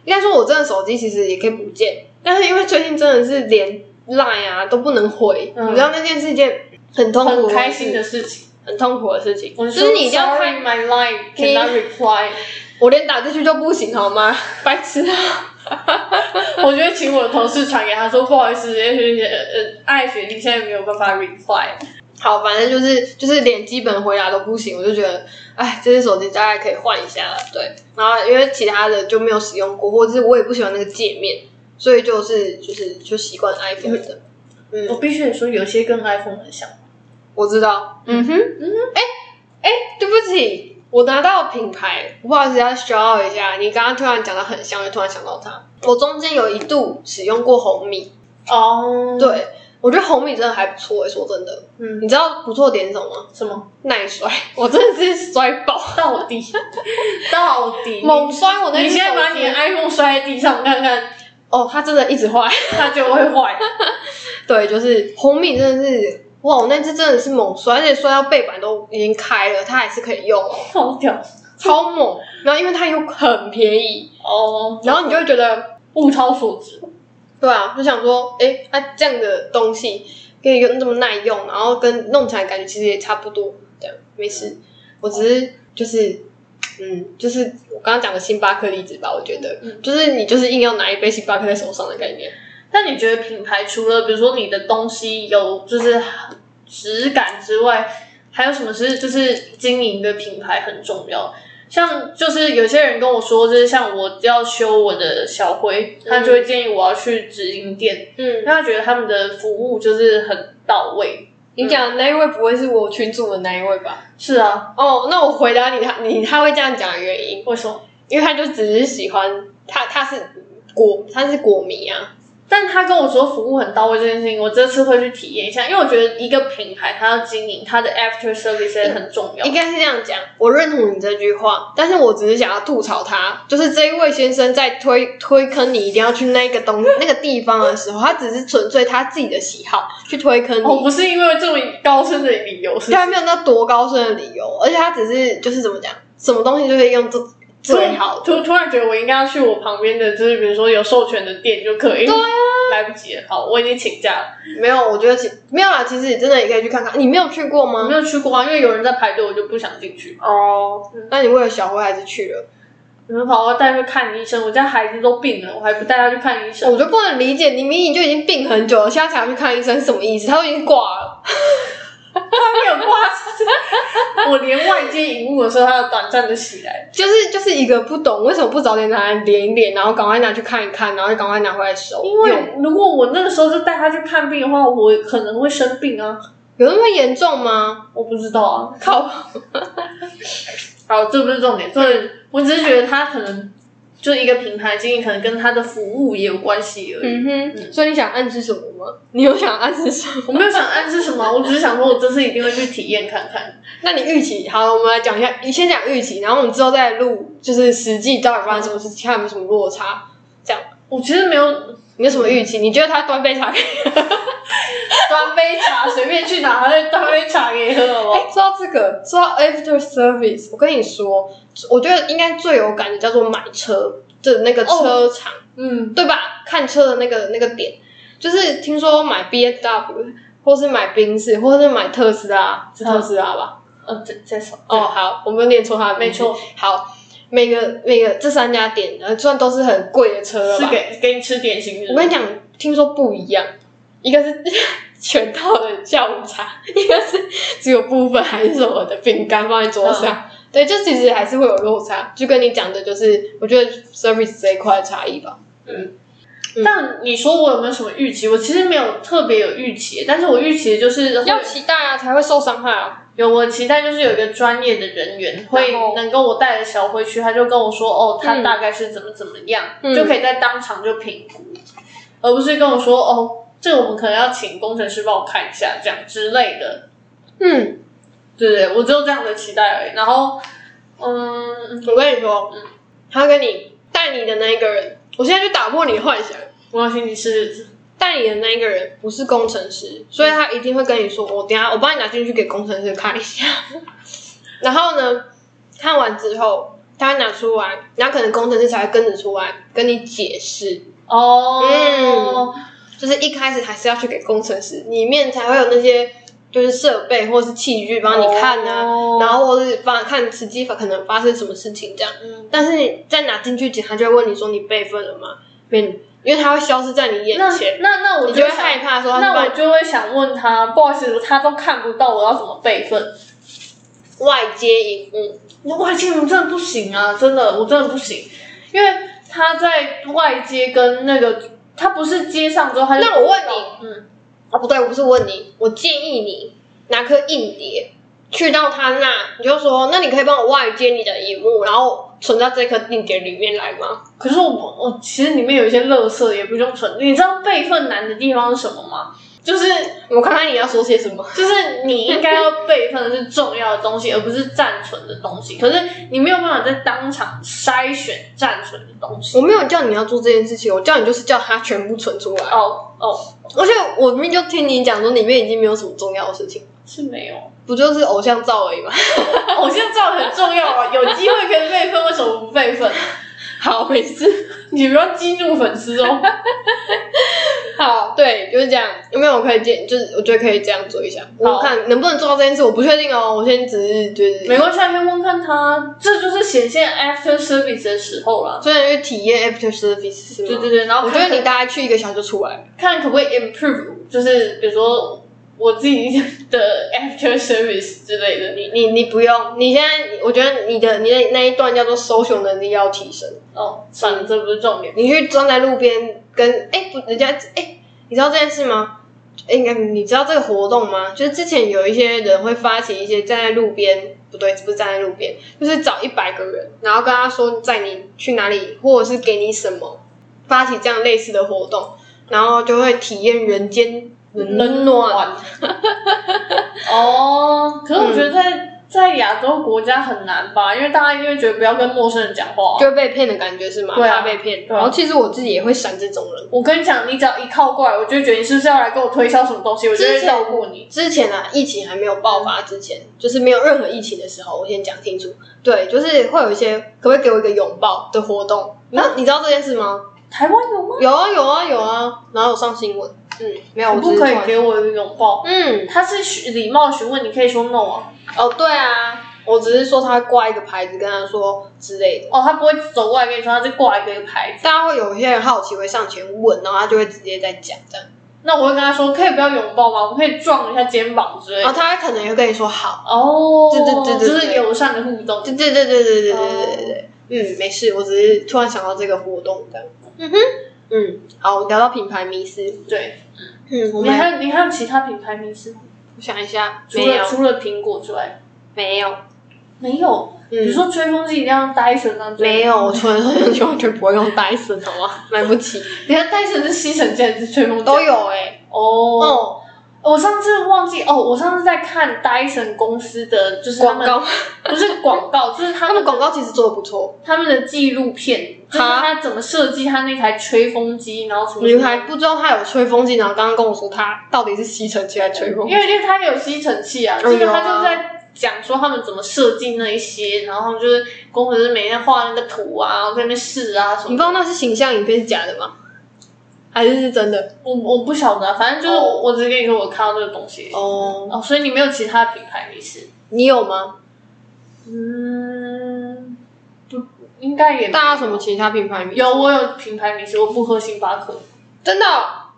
Speaker 1: 应该说我真的手机其实也可以不见，但是因为最近真的是连 Line 啊都不能回，
Speaker 2: 嗯
Speaker 1: 你知道那件是一件很痛苦、
Speaker 2: 很开心的、事情。
Speaker 1: 很痛苦的事情，
Speaker 2: 我
Speaker 1: 就
Speaker 2: 说
Speaker 1: 是你一定要
Speaker 2: "Sorry,
Speaker 1: 看，
Speaker 2: my line cannot reply。
Speaker 1: 我连打字去都不行好吗？ 白痴啊！
Speaker 2: 我就会请我的同事传给他说，不好意思，也许呃呃，爱雪你现在没有办法 reply。
Speaker 1: 好，反正就是就是连基本回答都不行，我就觉得，哎，这只手机大概可以换一下了。对，然后因为其他的就没有使用过，或者是我也不喜欢那个界面，所以就是就是就习惯 iPhone 的。
Speaker 2: 我
Speaker 1: 嗯，
Speaker 2: 必须得说，有些跟 iPhone 很像。
Speaker 1: 我知道。嗯哼，嗯哼，哎哎，对不起，我拿到品牌，我不好意思要 s h o u 一下。你刚刚突然讲的很像，就突然想到它。我中间有一度使用过红米，
Speaker 2: 哦，，
Speaker 1: 对我觉得红米真的还不错、欸。说真的，
Speaker 2: 嗯，
Speaker 1: 你知道不错点是什么吗？
Speaker 2: 什么？
Speaker 1: 耐摔，我真的是摔爆。
Speaker 2: 到底，到底，
Speaker 1: 猛摔我那
Speaker 2: 你
Speaker 1: 只
Speaker 2: 现在
Speaker 1: 手
Speaker 2: 把你的
Speaker 1: 机
Speaker 2: iPhone 摔在地上看看，
Speaker 1: 哦，它真的一直坏。
Speaker 2: 它就会坏。
Speaker 1: 对，就是红米真的是，哇，我那只真的是猛摔，而且摔到背板都已经开了，它还是可以用哦，
Speaker 2: 好屌。
Speaker 1: 超猛。然后因为它又很便宜，
Speaker 2: 哦，
Speaker 1: 然后你就会觉得，
Speaker 2: 物超所值。
Speaker 1: 对啊，就想说，哎，它、这样的东西可以用这么耐用，然后跟弄起来感觉其实也差不多，这样没事。我只是就是。嗯，就是我刚刚讲的星巴克例子吧，我觉得，
Speaker 2: 嗯
Speaker 1: 就是你就是硬要拿一杯星巴克在手上的概念。
Speaker 2: 那你觉得品牌除了比如说你的东西有就是质感之外，还有什么是就是经营的品牌很重要？像就是有些人跟我说，就是像我要修我的小灰，他就会建议我要去直营店，
Speaker 1: 嗯
Speaker 2: 因为，他觉得他们的服务就是很到位。
Speaker 1: 你讲的那一位不会是我群主的那一位吧？
Speaker 2: 是啊，
Speaker 1: 哦，那我回答你，他你他会这样讲的原因，
Speaker 2: 为什么？
Speaker 1: 因为他就只是喜欢他，他是果他是果迷啊，
Speaker 2: 但他跟我说服务很到位这件事情，我这次会去体验一下，因为我觉得一个品牌它要经营它的 after service 也很重要
Speaker 1: 应。该是这样讲。我认同你这句话，但是我只是想要吐槽他，就是这一位先生在推推坑你一定要去那个东那个地方的时候，他只是纯粹他自己的喜好去推坑你。
Speaker 2: 哦，不是因为这么高深的理由，是
Speaker 1: 对啊他没有那多高深的理由，而且他只是就是怎么讲，什么东西就是用最最好的。
Speaker 2: 突突然觉得我应该要去我旁边的，就是比如说有授权的店就可以。
Speaker 1: 对
Speaker 2: 啊，来不及了，好，我已经请假了。
Speaker 1: 没有，我觉得其没有啦，其实你真的也可以去看看。你没有去过
Speaker 2: 我
Speaker 1: 吗
Speaker 2: 没？有去过啊，因为有人在排队，我就不想进去。
Speaker 1: 哦，那你为了小辉还是去了？
Speaker 2: 你们跑到带去看医生，我家孩子都病了，我还不带他去看医生。
Speaker 1: 我就不能理解，你明明就已经病很久了，现在才要去看医生是什么意思？他都已经挂了。
Speaker 2: 他没有挂， 我连外接荧幕的时候，他有短暂的起来。
Speaker 1: 就是就是一个不懂为什么不早点拿来连一连，然后赶快拿去看一看，然后赶快拿回来收。
Speaker 2: 因为如果我那个时候就带他去看病的话，我可能会生病啊，
Speaker 1: 有有那么严重吗？
Speaker 2: 我不知道啊。
Speaker 1: 靠！
Speaker 2: 好，这不是重点，对我只是觉得他可能就一个品牌经营，可能跟他的服务也有关系而已。
Speaker 1: 嗯哼，所以你想暗示什么吗？你有想暗示什么？
Speaker 2: 我没有想暗示什么，我只是想说，我这次一定会去体验看看。
Speaker 1: 那你预期好，我们来讲一下，你先讲预期，然后我们之后再录，就是实际到底发生什么事情，看有没有什么落差。
Speaker 2: 我其实没有
Speaker 1: 你有什么预期？你觉得他端杯茶给你？
Speaker 2: 端杯茶，随便去哪会端杯茶给你喝好不
Speaker 1: 哎、
Speaker 2: 好？
Speaker 1: 说到这个，说到 after service，我跟你说，我觉得应该最有感的叫做买车的那个车厂，
Speaker 2: 嗯，
Speaker 1: 对吧？看车的那个那个点，就是听说买 B F W，或是买宾士，或是买特斯拉，是特斯拉吧？
Speaker 2: 呃，这这首
Speaker 1: 哦，，好，我没有念错他的名字
Speaker 2: 没错。
Speaker 1: 好，每个每个这三家店，呃，算都是很贵的车了
Speaker 2: 是
Speaker 1: 吧？
Speaker 2: 给给你吃点心。
Speaker 1: 我跟你，讲，听说不一样，一个是 全套的下午茶，一个是只有部分还是什么的饼干放在桌上。对，就其实还是会有落差，就跟你讲的，就是我觉得 service 这一块的差异吧。嗯
Speaker 2: 但你说我有没有什么预期？我其实没有特别有预期，但是我预期就是会
Speaker 1: 要期待啊，才会受伤害啊。
Speaker 2: 有我期待就是有一个专业的人员会
Speaker 1: 然后
Speaker 2: 能跟我带着小回去，他就跟我说哦，他
Speaker 1: 嗯
Speaker 2: 大概是怎么怎么样，
Speaker 1: 嗯
Speaker 2: 就可以在当场就评估，而不是跟我说哦，这个我们可能要请工程师帮我看一下这样之类的。
Speaker 1: 嗯，
Speaker 2: 对对，我只有这样的期待而已。然后，嗯，
Speaker 1: 我跟你说，他跟你带你的那一个人，我现在就打破你的幻想，
Speaker 2: 我要请你吃，
Speaker 1: 带你的那一个人不是工程师，所以他一定会跟你说：“我等一下我帮你拿进去给工程师看一下。” 然后呢，看完之后，他会拿出来，然后可能工程师才会跟着出来跟你解释。
Speaker 2: 哦，
Speaker 1: 就是一开始还是要去给工程师，里面才会有那些就是设备或是器具帮你看啊，
Speaker 2: 哦
Speaker 1: 然后或是帮看实际可能发生什么事情这样。
Speaker 2: 嗯，
Speaker 1: 但是你再拿进去检，他就会问你说：“你备份了吗？”没，因为他会消失在你眼
Speaker 2: 那
Speaker 1: 前。
Speaker 2: 那那我
Speaker 1: 你就会
Speaker 2: 想
Speaker 1: 害怕说，
Speaker 2: 那
Speaker 1: 你
Speaker 2: 我就会想问他，不好意思，他都看不到，我要怎么备份？
Speaker 1: 外接荧幕，
Speaker 2: 外接真的不行啊，真的，我真的不行，因为他在外接跟那个，他不是接上之后，他就
Speaker 1: 那我问
Speaker 2: 你，嗯，
Speaker 1: 哦，不对，我不是问你，我建议你拿颗硬碟去到他那，你就说，那你可以帮我外接你的荧幕，然后存到这颗硬碟里面来吗？
Speaker 2: 可是我我其实里面有一些垃圾也不用存，你知道备份难的地方是什么吗？就是
Speaker 1: 我看看你要说些什么。
Speaker 2: 就是你应该要备份的是重要的东西，而不是暂存的东西。可是你没有办法在当场筛选暂存的东西
Speaker 1: 我。没有叫你要做这件事情，我叫你就是叫他全部存出来。
Speaker 2: 哦哦，
Speaker 1: 而且我明明就听你讲说，里面已经没有什么重要的事情，
Speaker 2: 是没有。哦
Speaker 1: 不就是偶像照而已吗？
Speaker 2: 偶像照很重要啊，有机会可以备份，为什么不备份？
Speaker 1: 好，没事。
Speaker 2: 你不要激怒粉丝哦。
Speaker 1: 好，对，就是这样。有没有可以建？就是我觉得可以这样做一下，我看能不能做到这件事，我不确定哦。我先只是就是
Speaker 2: 没关系，可以问看他，这就是显现 after service 的时候了。
Speaker 1: 所以去体验 after service 是吗
Speaker 2: 对对对，然后
Speaker 1: 我觉
Speaker 2: 看
Speaker 1: 得你大概去一个小时就出来了。
Speaker 2: 看可不可以 improve，就是比如说我自己 的 after service 之类的。
Speaker 1: 你你你不用，你现在我觉得你的你的那一段叫做 social 能力要提升。
Speaker 2: 哦，算了，这不是重点。
Speaker 1: 你去站在路边跟哎、不人家哎、你知道这件事吗？哎，应该你知道这个活动吗？就是之前有一些人会发起一些站在路边，不对，不是站在路边，就是找一百个人，然后跟他说载你去哪里，或者是给你什么，发起这样类似的活动，然后就会体验人间冷嗯暖。嗯
Speaker 2: 暖。 哦，可是我觉得在、在亚洲国家很难吧，因为大家一定会觉得不要跟陌生人讲话啊、
Speaker 1: 就会被骗的感觉是吗？
Speaker 2: 对啊
Speaker 1: 怕被骗。
Speaker 2: 对啊
Speaker 1: 然后其实我自己也会闪这种人。
Speaker 2: 我跟你讲，你只要一靠过来，我就会觉得你是不是要来跟我推销什么东西，我就会
Speaker 1: 之前
Speaker 2: 绕过你。
Speaker 1: 之前啊，疫情还没有爆发之前，就是没有任何疫情的时候，我先讲清楚。对，就是会有一些可不可以给我一个拥抱的活动？那你知道这件事吗？
Speaker 2: 台湾有吗？
Speaker 1: 有啊，有啊，有啊，然后有上新闻。嗯，没有，我
Speaker 2: 你
Speaker 1: 只
Speaker 2: 不
Speaker 1: 是
Speaker 2: 可以
Speaker 1: 突然
Speaker 2: 给我一个拥抱？
Speaker 1: 嗯，
Speaker 2: 他是询礼貌询问，你可以说 no 啊。
Speaker 1: 哦，对啊，我只是说他会挂一个牌子跟他说之类的。
Speaker 2: 哦，他不会走过来跟你说，他就挂一个牌子。
Speaker 1: 大家会有一些人好奇会上前问，然后他就会直接在讲这样，
Speaker 2: 那我会跟他说，可以不要拥抱吗？我们可以撞一下肩膀之类
Speaker 1: 然
Speaker 2: 的
Speaker 1: 后。他可能也会跟你说好。
Speaker 2: 哦，
Speaker 1: 哦对对对对对
Speaker 2: 就是友善的互动。
Speaker 1: 对对对对对对对对对，嗯，没事，我只是突然想到这个活动这样。嗯哼，嗯，好，聊到品牌迷思，
Speaker 2: 对，
Speaker 1: 嗯，我
Speaker 2: 你
Speaker 1: 们
Speaker 2: 还有你还有其他品牌名是吗？
Speaker 1: 我想一下，
Speaker 2: 除
Speaker 1: 没
Speaker 2: 了
Speaker 1: 有
Speaker 2: 除了苹果之外，
Speaker 1: 没有，
Speaker 2: 没有。比如
Speaker 1: 嗯，
Speaker 2: 说吹风机一定要戴森啊，
Speaker 1: 没有，我除了这些完全不会用 Dyson，好吗？买不起，
Speaker 2: 你看戴森是吸尘器还是吹风机？
Speaker 1: 都有哎、
Speaker 2: 哦。
Speaker 1: 哦，
Speaker 2: 我上次忘记哦，我上次在看戴森公司的就是他
Speaker 1: 广
Speaker 2: 们
Speaker 1: 告，
Speaker 2: 不是广告，就是
Speaker 1: 他
Speaker 2: 他们
Speaker 1: 们广告其实做的不错，
Speaker 2: 他们的纪录片，就是
Speaker 1: 哈
Speaker 2: 他怎么设计他那台吹风机，然后什么
Speaker 1: 女孩不知道她有吹风机，然后刚刚跟我说她到底是吸尘器还是吹风机
Speaker 2: 因，为因为他有吸尘器啊，
Speaker 1: 嗯
Speaker 2: 这个他
Speaker 1: 有啊
Speaker 2: 就在讲说他们怎么设计那一些，然后他们就是工程师每天画那个图啊，然后在那边试啊什
Speaker 1: 你不知
Speaker 2: 么的。
Speaker 1: 道那是形象影片是假的吗？还是是真的？
Speaker 2: 我我不晓得啊、反正就是我、我只跟你说我看到这个东西。
Speaker 1: 哦，
Speaker 2: 哦，所以你没有其他品牌没事。
Speaker 1: 你有吗？
Speaker 2: 嗯，不，应该也没有
Speaker 1: 大家有什么其他品牌名？
Speaker 2: 有，我有品牌零食，我不喝星巴克。
Speaker 1: 真的哦、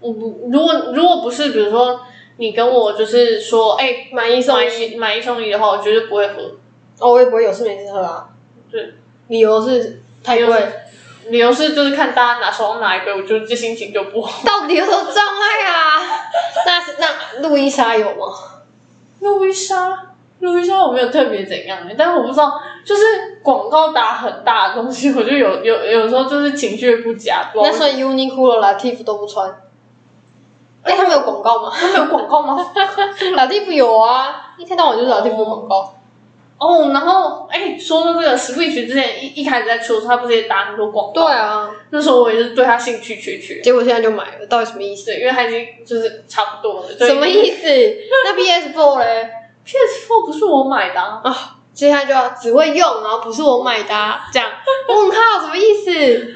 Speaker 2: 我不，如果如果不是比如说你跟我就是说，哎、
Speaker 1: 买一送
Speaker 2: 买
Speaker 1: 一
Speaker 2: 一买一送一的话，我绝对不会喝。
Speaker 1: 哦，我也不会有事没事喝啊。
Speaker 2: 对，
Speaker 1: 理由是太
Speaker 2: 理由
Speaker 1: 贵
Speaker 2: 是，理由是就是看大家拿手上拿一杯，我就这心情就不好。
Speaker 1: 到底有什么障碍 啊？那是那路易莎有吗？
Speaker 2: 路易莎，路易莎我没有特别怎样、欸，但我不知道，就是广告打很大的东西，我就有有有时候就是情绪不佳。不知道
Speaker 1: 那所以 Uniqlo、Latif 都不穿。哎、他们有广 告吗
Speaker 2: 他们有广告吗？
Speaker 1: ？Latif 有啊，一天到晚就是 Latif 的广告。
Speaker 2: 哦，然后哎、说到这个 Switch 之前一一开始在出的时候，他不是也打很多广告？
Speaker 1: 对啊，
Speaker 2: 那时候我也是对他兴趣缺缺，
Speaker 1: 结果现在就买了，到底什么意思？
Speaker 2: 对，因为他已经就是差不多了。
Speaker 1: 什么
Speaker 2: 思
Speaker 1: 意思？那 PS4 嘞？
Speaker 2: ？PS4 不是我买的、啊，
Speaker 1: 啊，接下来就要只会用，然后不是我买的啊、这样问号什么意思？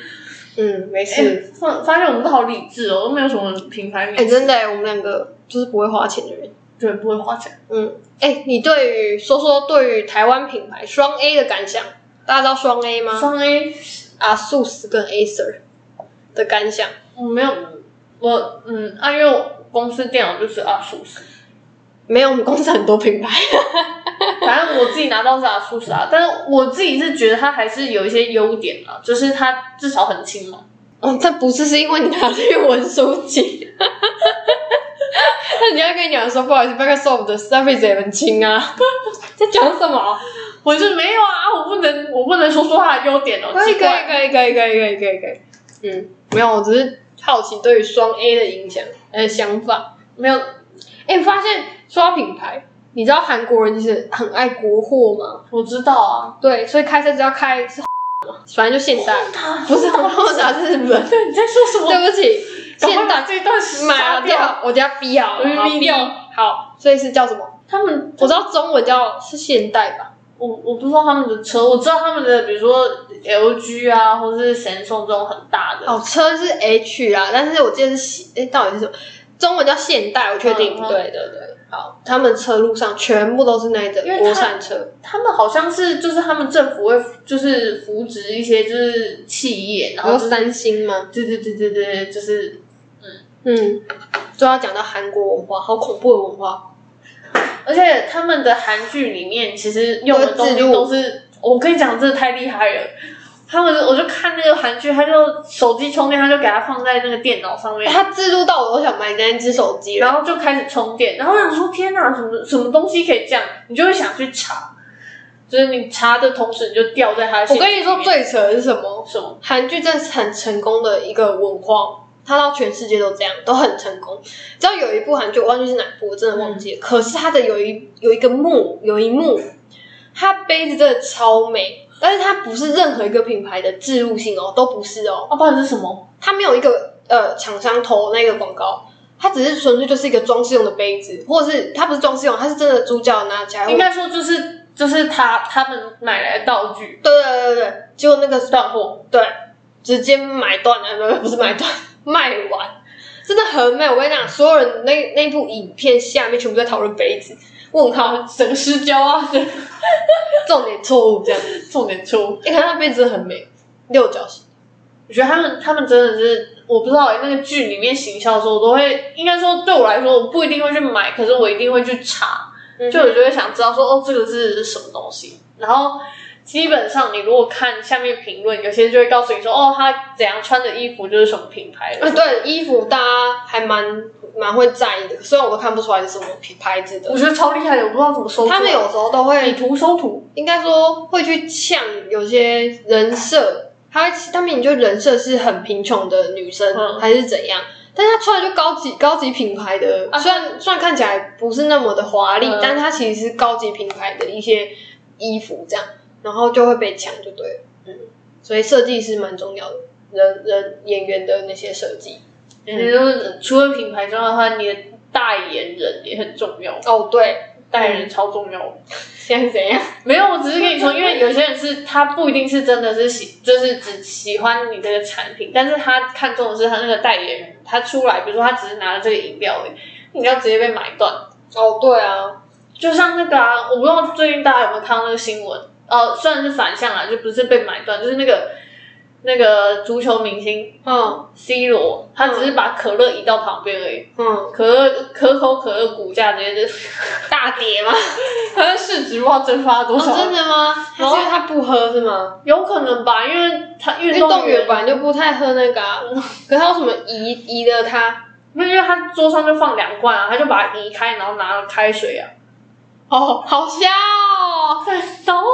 Speaker 1: 嗯，没
Speaker 2: 哎、
Speaker 1: 事。
Speaker 2: 发发现我们都好理智哦，都没有什么品牌
Speaker 1: 哎、
Speaker 2: 名，
Speaker 1: 真的、我们两个就是不会花钱的人。
Speaker 2: 对，不会花钱。
Speaker 1: 嗯，哎、你对于说说对于台湾品牌双 A 的感想？大家知道双 A 吗？
Speaker 2: 双 A
Speaker 1: 阿素斯跟 Acer 的感想。
Speaker 2: 我没有，我嗯，啊，因为我公司电脑就是阿 苏斯，
Speaker 1: 没有，我们公司很多品牌。
Speaker 2: 反正我自己拿到是阿苏斯啊，但是我自己是觉得它还是有一些优点啊，就是它至少很轻嘛。
Speaker 1: 哦，这不是是因为你拿去文书机。 那你要跟你讲说，不好意思，Microsoft 的 Surface 也很轻啊。 在讲什么？
Speaker 2: 我就没有啊，我不能，我不能说说它的优点哦，
Speaker 1: 可以可
Speaker 2: 奇
Speaker 1: 以
Speaker 2: 怪。
Speaker 1: 可以可以可以可以可以可以。嗯，没有，我只是好奇对于双 A 的影响呃想法。
Speaker 2: 没有，
Speaker 1: 哎、我发现说到品牌，你知道韩国人其实很爱国货吗？
Speaker 2: 我知道啊。
Speaker 1: 对，所以开车只要开是 嘛，反正就现代，不是红豆茶，这是日本。
Speaker 2: 对，你在说什么？
Speaker 1: 哦 对不 起，
Speaker 2: 赶
Speaker 1: 现
Speaker 2: 快把
Speaker 1: 代
Speaker 2: 这一段
Speaker 1: 买
Speaker 2: 杀
Speaker 1: 了掉，我等下逼啊，
Speaker 2: 我就
Speaker 1: 好
Speaker 2: 逼掉。
Speaker 1: 好，所以是叫什么？
Speaker 2: 他们，
Speaker 1: 我知道中文叫是现代吧？
Speaker 2: 我我不知道他们的车，我知道他们的，比如说 LG 啊，或者是 Samsung 这种很大的。
Speaker 1: 哦，车是 H 啊，但是我记得是现，诶，到底是什么？中文叫现代，我确定。
Speaker 2: 嗯嗯
Speaker 1: 对对对，好，他们车路上全部都是那一种
Speaker 2: 因为它
Speaker 1: 国产车，
Speaker 2: 他们好像是就是他们政府会就是扶植一些就是企业，
Speaker 1: 然
Speaker 2: 然后
Speaker 1: 后
Speaker 2: 就是
Speaker 1: 三星吗？
Speaker 2: 对对对对对，就是
Speaker 1: 嗯，就要讲到韩国文化，好恐怖的文化。
Speaker 2: 而且他们的韩剧里面其实用的东西
Speaker 1: 都是
Speaker 2: 都是，我跟你讲，真的太厉害了。他们我就看那个韩剧，他就手机充电，他就给它放在那个电脑上面，
Speaker 1: 它制度到我都想买那一只手机了。
Speaker 2: 然后就开始充电，然后我想说天哪，什么什么东西可以这样？你就会想去查，就是你查的同时，你就掉在它的
Speaker 1: 我
Speaker 2: 陷阱
Speaker 1: 跟
Speaker 2: 里
Speaker 1: 你
Speaker 2: 面。
Speaker 1: 说最扯的是什么？
Speaker 2: 什么？
Speaker 1: 韩剧真的是很成功的一个文化，它到全世界都这样，都很成功。只要有一部韩剧，我忘记是哪部，我真的忘记了。可是它的有一有一个幕，有一幕，它杯子真的超美，但是它不是任何一个品牌的置入性哦，都不是哦，
Speaker 2: 啊，不然是什么？
Speaker 1: 它没有一个呃厂商投那个广告。它只是纯粹就是一个装饰用的杯子，或者是它不是装饰用，它是真的主角拿起来，对
Speaker 2: 应该说就是就是他他们买来的道具
Speaker 1: 对对对对，结果那个
Speaker 2: 断货，
Speaker 1: 对，直接买断了，不不是买断，卖完，真的很美。我跟你讲，所有人那那部影片下面全部在讨论杯子，问号，
Speaker 2: 哦整个失焦啊， 哦
Speaker 1: 重点错误这样。
Speaker 2: 重点出。
Speaker 1: 你看它杯子真的很美，六角形。
Speaker 2: 我觉得他们他们真的是，我不知道、欸、那个剧里面行销的时候，我都会应该说对我来说，我不一定会去买，可是我一定会去查，
Speaker 1: 嗯
Speaker 2: 就我就会想知道说哦这个是什么东西，然后。基本上，你如果看下面评论，有些就会告诉你说，哦，他怎样穿的衣服就是什么品牌的。
Speaker 1: 啊，对，衣服大家还蛮蛮会在意的，虽然我都看不出来是什么品牌子
Speaker 2: 我
Speaker 1: 的。
Speaker 2: 觉得超厉害的，我不知道怎么搜出来。
Speaker 1: 他们有时候都
Speaker 2: 以
Speaker 1: 会，
Speaker 2: 图搜图，
Speaker 1: 应该说会去呛有些人设，他会他们就人设是很贫穷的女生、
Speaker 2: 嗯
Speaker 1: 还是怎样，但是她穿的就高级高级品牌的，
Speaker 2: 啊
Speaker 1: 虽然虽然看起来不是那么的华丽，
Speaker 2: 嗯
Speaker 1: 但它其实是高级品牌的一些衣服这样，然后就会被抢就对了，嗯，所以设计是蛮重要的，人人演员的那些设计，
Speaker 2: 也就是除了品牌之外的话，你的代言人也很重要，
Speaker 1: 哦对，
Speaker 2: 代言人超重要。
Speaker 1: 现在是怎样？
Speaker 2: 没有，我只是跟你说，因为有些人是他不一定是真的是喜，就是只喜欢你这个产品，但是他看中的是他那个代言人，他出来，比如说他只是拿了这个饮料而已，饮料直接被买断，
Speaker 1: 哦对啊，
Speaker 2: 就像那个啊，我不知道最近大家有没有看到那个新闻，呃，虽然是反向啊，就不是被买断，就是那个那个足球明星
Speaker 1: 嗯
Speaker 2: C 罗，他只是把可乐移到旁边而已，
Speaker 1: 嗯，
Speaker 2: 可乐可口可乐股价直 接就，
Speaker 1: 大跌吗？
Speaker 2: 它的市值不知道蒸发多少，
Speaker 1: 哦，真的 吗？还
Speaker 2: 然后
Speaker 1: 是他不喝是吗？
Speaker 2: 有可能吧，因为他运
Speaker 1: 运动
Speaker 2: 动
Speaker 1: 员
Speaker 2: 员嗯
Speaker 1: 本来就不太喝那个、啊，可他有什么移移的他？
Speaker 2: 不是因为他桌上就放两罐啊，他就把它移开，然后拿开水啊，
Speaker 1: 哦，好笑哦！
Speaker 2: 对，然后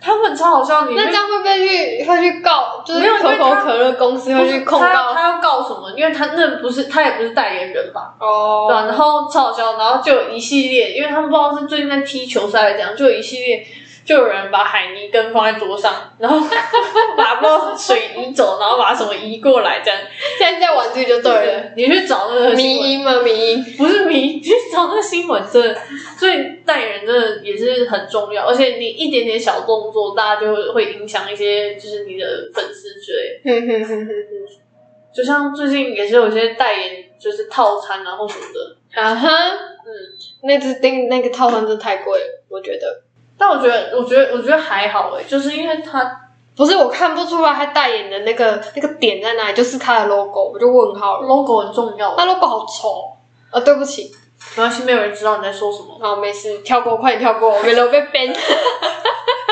Speaker 2: 他们超好笑，你
Speaker 1: 那
Speaker 2: 会
Speaker 1: 这样会被去会去告，就是
Speaker 2: 没有因
Speaker 1: 可
Speaker 2: 为
Speaker 1: 口
Speaker 2: 他
Speaker 1: 可乐公司
Speaker 2: 不
Speaker 1: 会
Speaker 2: 是
Speaker 1: 去控
Speaker 2: 他
Speaker 1: 告
Speaker 2: 他要告什么？因为他那不是他也不是代言人吧？对啊、
Speaker 1: 哦
Speaker 2: 然后超好笑，然后就有一系列，因为他们不知道是最近在踢球赛还是怎样，就有一系列，就有人把海泥根放在桌上，然后 把不知道水移走，然后把什么移过来这样。
Speaker 1: 现在在玩这个就对了。，
Speaker 2: 你去找那个
Speaker 1: 迷
Speaker 2: 新闻，
Speaker 1: 因吗？迷因？
Speaker 2: 不是迷，你去找那个新闻，真的，所以代言人真的也是很重要，而且你一点点小动作，大家就会会影响一些就是你的粉丝之类的。
Speaker 1: 哼哼哼哼
Speaker 2: 就像最近也是有些代言，就是套餐啊或什么的。
Speaker 1: 哼啊哈，嗯，那只订那个套餐真的太贵了，我觉得。
Speaker 2: 但我觉得，我觉得，我觉得还好诶、就是因为他
Speaker 1: 不是，我看不出来他代言的那个那个点在哪里，就是他的 logo，我就问号了。
Speaker 2: logo 很重要，
Speaker 1: 那 logo 好丑啊、对不起，。
Speaker 2: 没关系，没有人知道你在说什么
Speaker 1: 好，没事，跳过，快点跳过，免得我被 ban。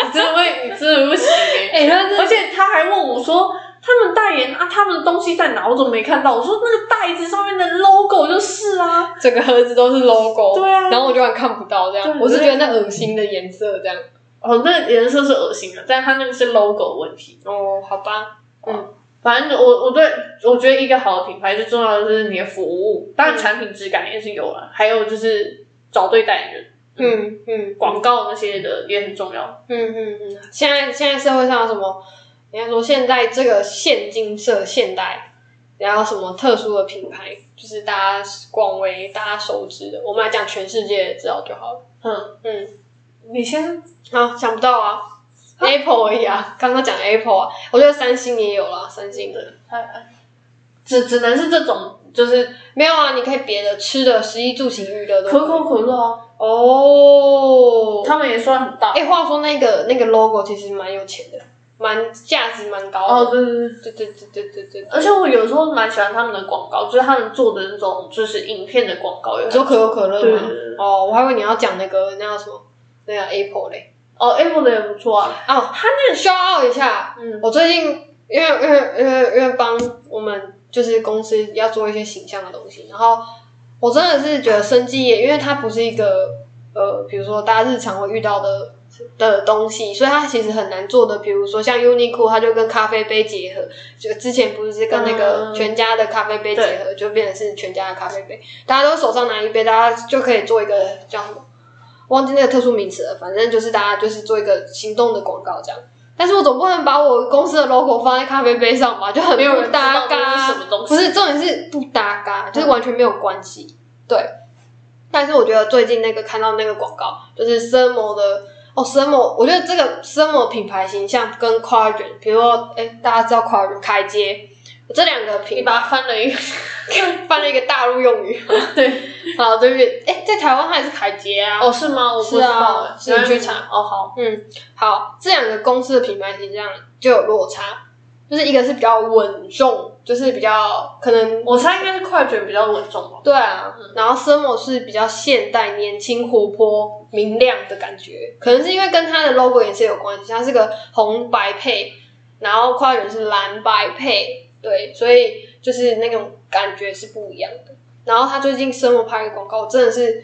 Speaker 2: 你真的会，你真的不行诶、
Speaker 1: 哎、那
Speaker 2: 而
Speaker 1: 是
Speaker 2: 且他还问我说，他们代言啊，他们的东西在哪？我怎么没看到？我说那个袋子上面的 logo 就是啊。
Speaker 1: 整个盒子都是 logo，
Speaker 2: 对啊
Speaker 1: 然后我就很看不到这样，
Speaker 2: 对
Speaker 1: 我是觉得那恶心的颜色这样。
Speaker 2: 哦，那个颜色是恶心的，但他那个是 logo 问题。
Speaker 1: 哦，好吧，嗯，
Speaker 2: 反正我我对我觉得一个好的品牌最重要的就是你的服务，当然产品质感也是有了，还有就是找对代言人。
Speaker 1: 嗯嗯，
Speaker 2: 广告那些的也很重要。
Speaker 1: 嗯嗯嗯，现在现在社会上有什么？人家说现在这个现金社现代，然后什么特殊的品牌，就是大家广为大家熟知的，我们来讲全世界知道就好了。
Speaker 2: 嗯，
Speaker 1: 嗯，
Speaker 2: 你先
Speaker 1: 啊，想不到啊，Apple 而已啊，刚刚讲 Apple 啊，我觉得三星也有啦，三星的
Speaker 2: 呃只只能是这种，就是
Speaker 1: 没有啊，你可以别的吃的、食衣住行、娱乐的。
Speaker 2: 可口可乐啊，
Speaker 1: 哦，
Speaker 2: 他们也算很大。
Speaker 1: 哎、话说那个那个 logo 其实蛮有钱的，蛮价值蛮高的。
Speaker 2: 哦，对
Speaker 1: 对
Speaker 2: 对对。
Speaker 1: 对对对对对。
Speaker 2: 而且我有时候蛮喜欢他们的广告，就是他们做的那种就是影片的广告。有
Speaker 1: 你说可口可乐吗
Speaker 2: 对对对？
Speaker 1: 哦，我还以为你要讲那个那叫什么，那个 Apple 嘞。
Speaker 2: 哦，Apple 的也不错啊。
Speaker 1: 哦，他那个 shout out 一下，
Speaker 2: 嗯，
Speaker 1: 我最近因为因为因为因为帮我们就是公司要做一些形象的东西，然后我真的是觉得生技业，因为它不是一个呃，比如说大家日常会遇到的。的东西，所以它其实很难做的。比如说像 Uniqlo，它就跟咖啡杯结合，就之前不是跟那个
Speaker 2: 嗯
Speaker 1: 全家的咖啡杯结合，就变成是全家的咖啡杯。大家都手上拿一杯，大家就可以做一个叫什么？忘记那个特殊名词了，反正就是大家就是做一个行动的广告这样。但是我总不能把我公司的 logo 放在咖啡杯上吧，就很
Speaker 2: 没有人
Speaker 1: 不
Speaker 2: 知道
Speaker 1: 搭
Speaker 2: 这是
Speaker 1: 嘎。
Speaker 2: 什么东西。
Speaker 1: 不是重点是不搭嘎，就是完全没有关系。对，但是我觉得最近那个看到那个广告，就是 Thermo 的哦，Thermo，我觉得这个 Thermo 品牌形象跟 Quadrant，比如说哎，大家知道 Quadrant 开街这两个
Speaker 2: 你
Speaker 1: 品牌，
Speaker 2: 把它翻了一个，
Speaker 1: 翻了一个大陆用语。
Speaker 2: 对，
Speaker 1: 好，对不对？哎，在台湾它也是凯捷啊。
Speaker 2: 哦，是吗？我不知道欸，
Speaker 1: 是啊是你去查
Speaker 2: 哦，好，
Speaker 1: 嗯，好，这两个公司的品牌形象就有落差，就是一个是比较稳重，就是比较可能
Speaker 2: 我猜应该是快卷比较稳重吧。
Speaker 1: 对啊，然后 Semo 是比较现代、年轻、活泼、明亮的感觉，可能是因为跟它的 logo 也是有关系，它是个红白配，然后跨人是蓝白配，对，所以就是那种感觉是不一样的。然后他最近 Semo 拍的广告真的是，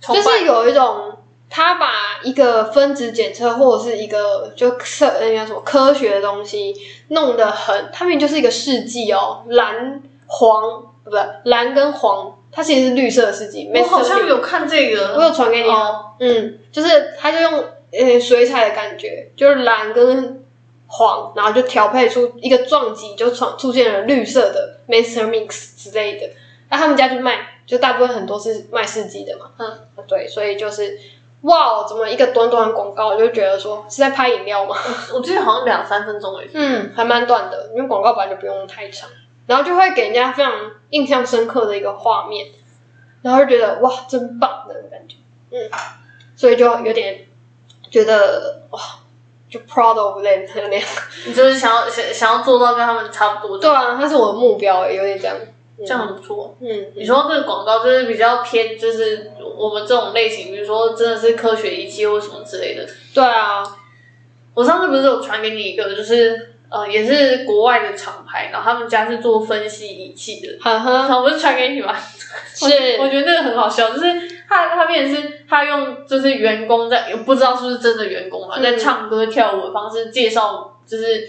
Speaker 2: 崇
Speaker 1: 就
Speaker 2: 拜
Speaker 1: 是有一种他把一个分子检测或者是一个呃就科那叫什么科学的东西弄得很，他们就是一个试剂哦，蓝黄不是蓝跟黄，它其实是绿色的试剂。
Speaker 2: 我好
Speaker 1: Mr.
Speaker 2: 像
Speaker 1: Blue
Speaker 2: 有看这个，
Speaker 1: 我有传给你啊，
Speaker 2: 哦，
Speaker 1: 嗯，就是他就用呃水彩的感觉，就是蓝跟黄，然后就调配出一个撞击，就创出现了绿色的 Master Mix 之类的。那他们家就卖，就大部分很多是卖试剂的嘛，啊
Speaker 2: 嗯，
Speaker 1: 对，所以就是哇，哦怎么一个短短的广告，我就觉得说是在拍饮料吗？
Speaker 2: 我记得好像两三分钟而已。
Speaker 1: 嗯，还蛮短的，因为广告本来就不用太长，然后就会给人家非常印象深刻的一个画面，然后就觉得哇，真棒那种感觉。嗯，所以就有点觉得哇，就 proud of them 有点。
Speaker 2: 你就是想要想想要做到跟他们差不多，
Speaker 1: 对啊，他是我的目标，有点这样。
Speaker 2: 这样很不错。
Speaker 1: 嗯，
Speaker 2: 你说这个广告就是比较偏，就是我们这种类型，比如说真的是科学仪器或什么之类的。
Speaker 1: 对啊，
Speaker 2: 我上次不是有传给你一个，就是呃，也是国外的厂牌，然后他们家是做分析仪器的。
Speaker 1: 呵呵，
Speaker 2: 我不是传给你吗？
Speaker 1: 是
Speaker 2: 我觉得那个很好笑，就是他他变成是他用就是员工在不知道是不是真的员工嘛，啊
Speaker 1: 嗯
Speaker 2: 在唱歌跳舞的方式介绍，就是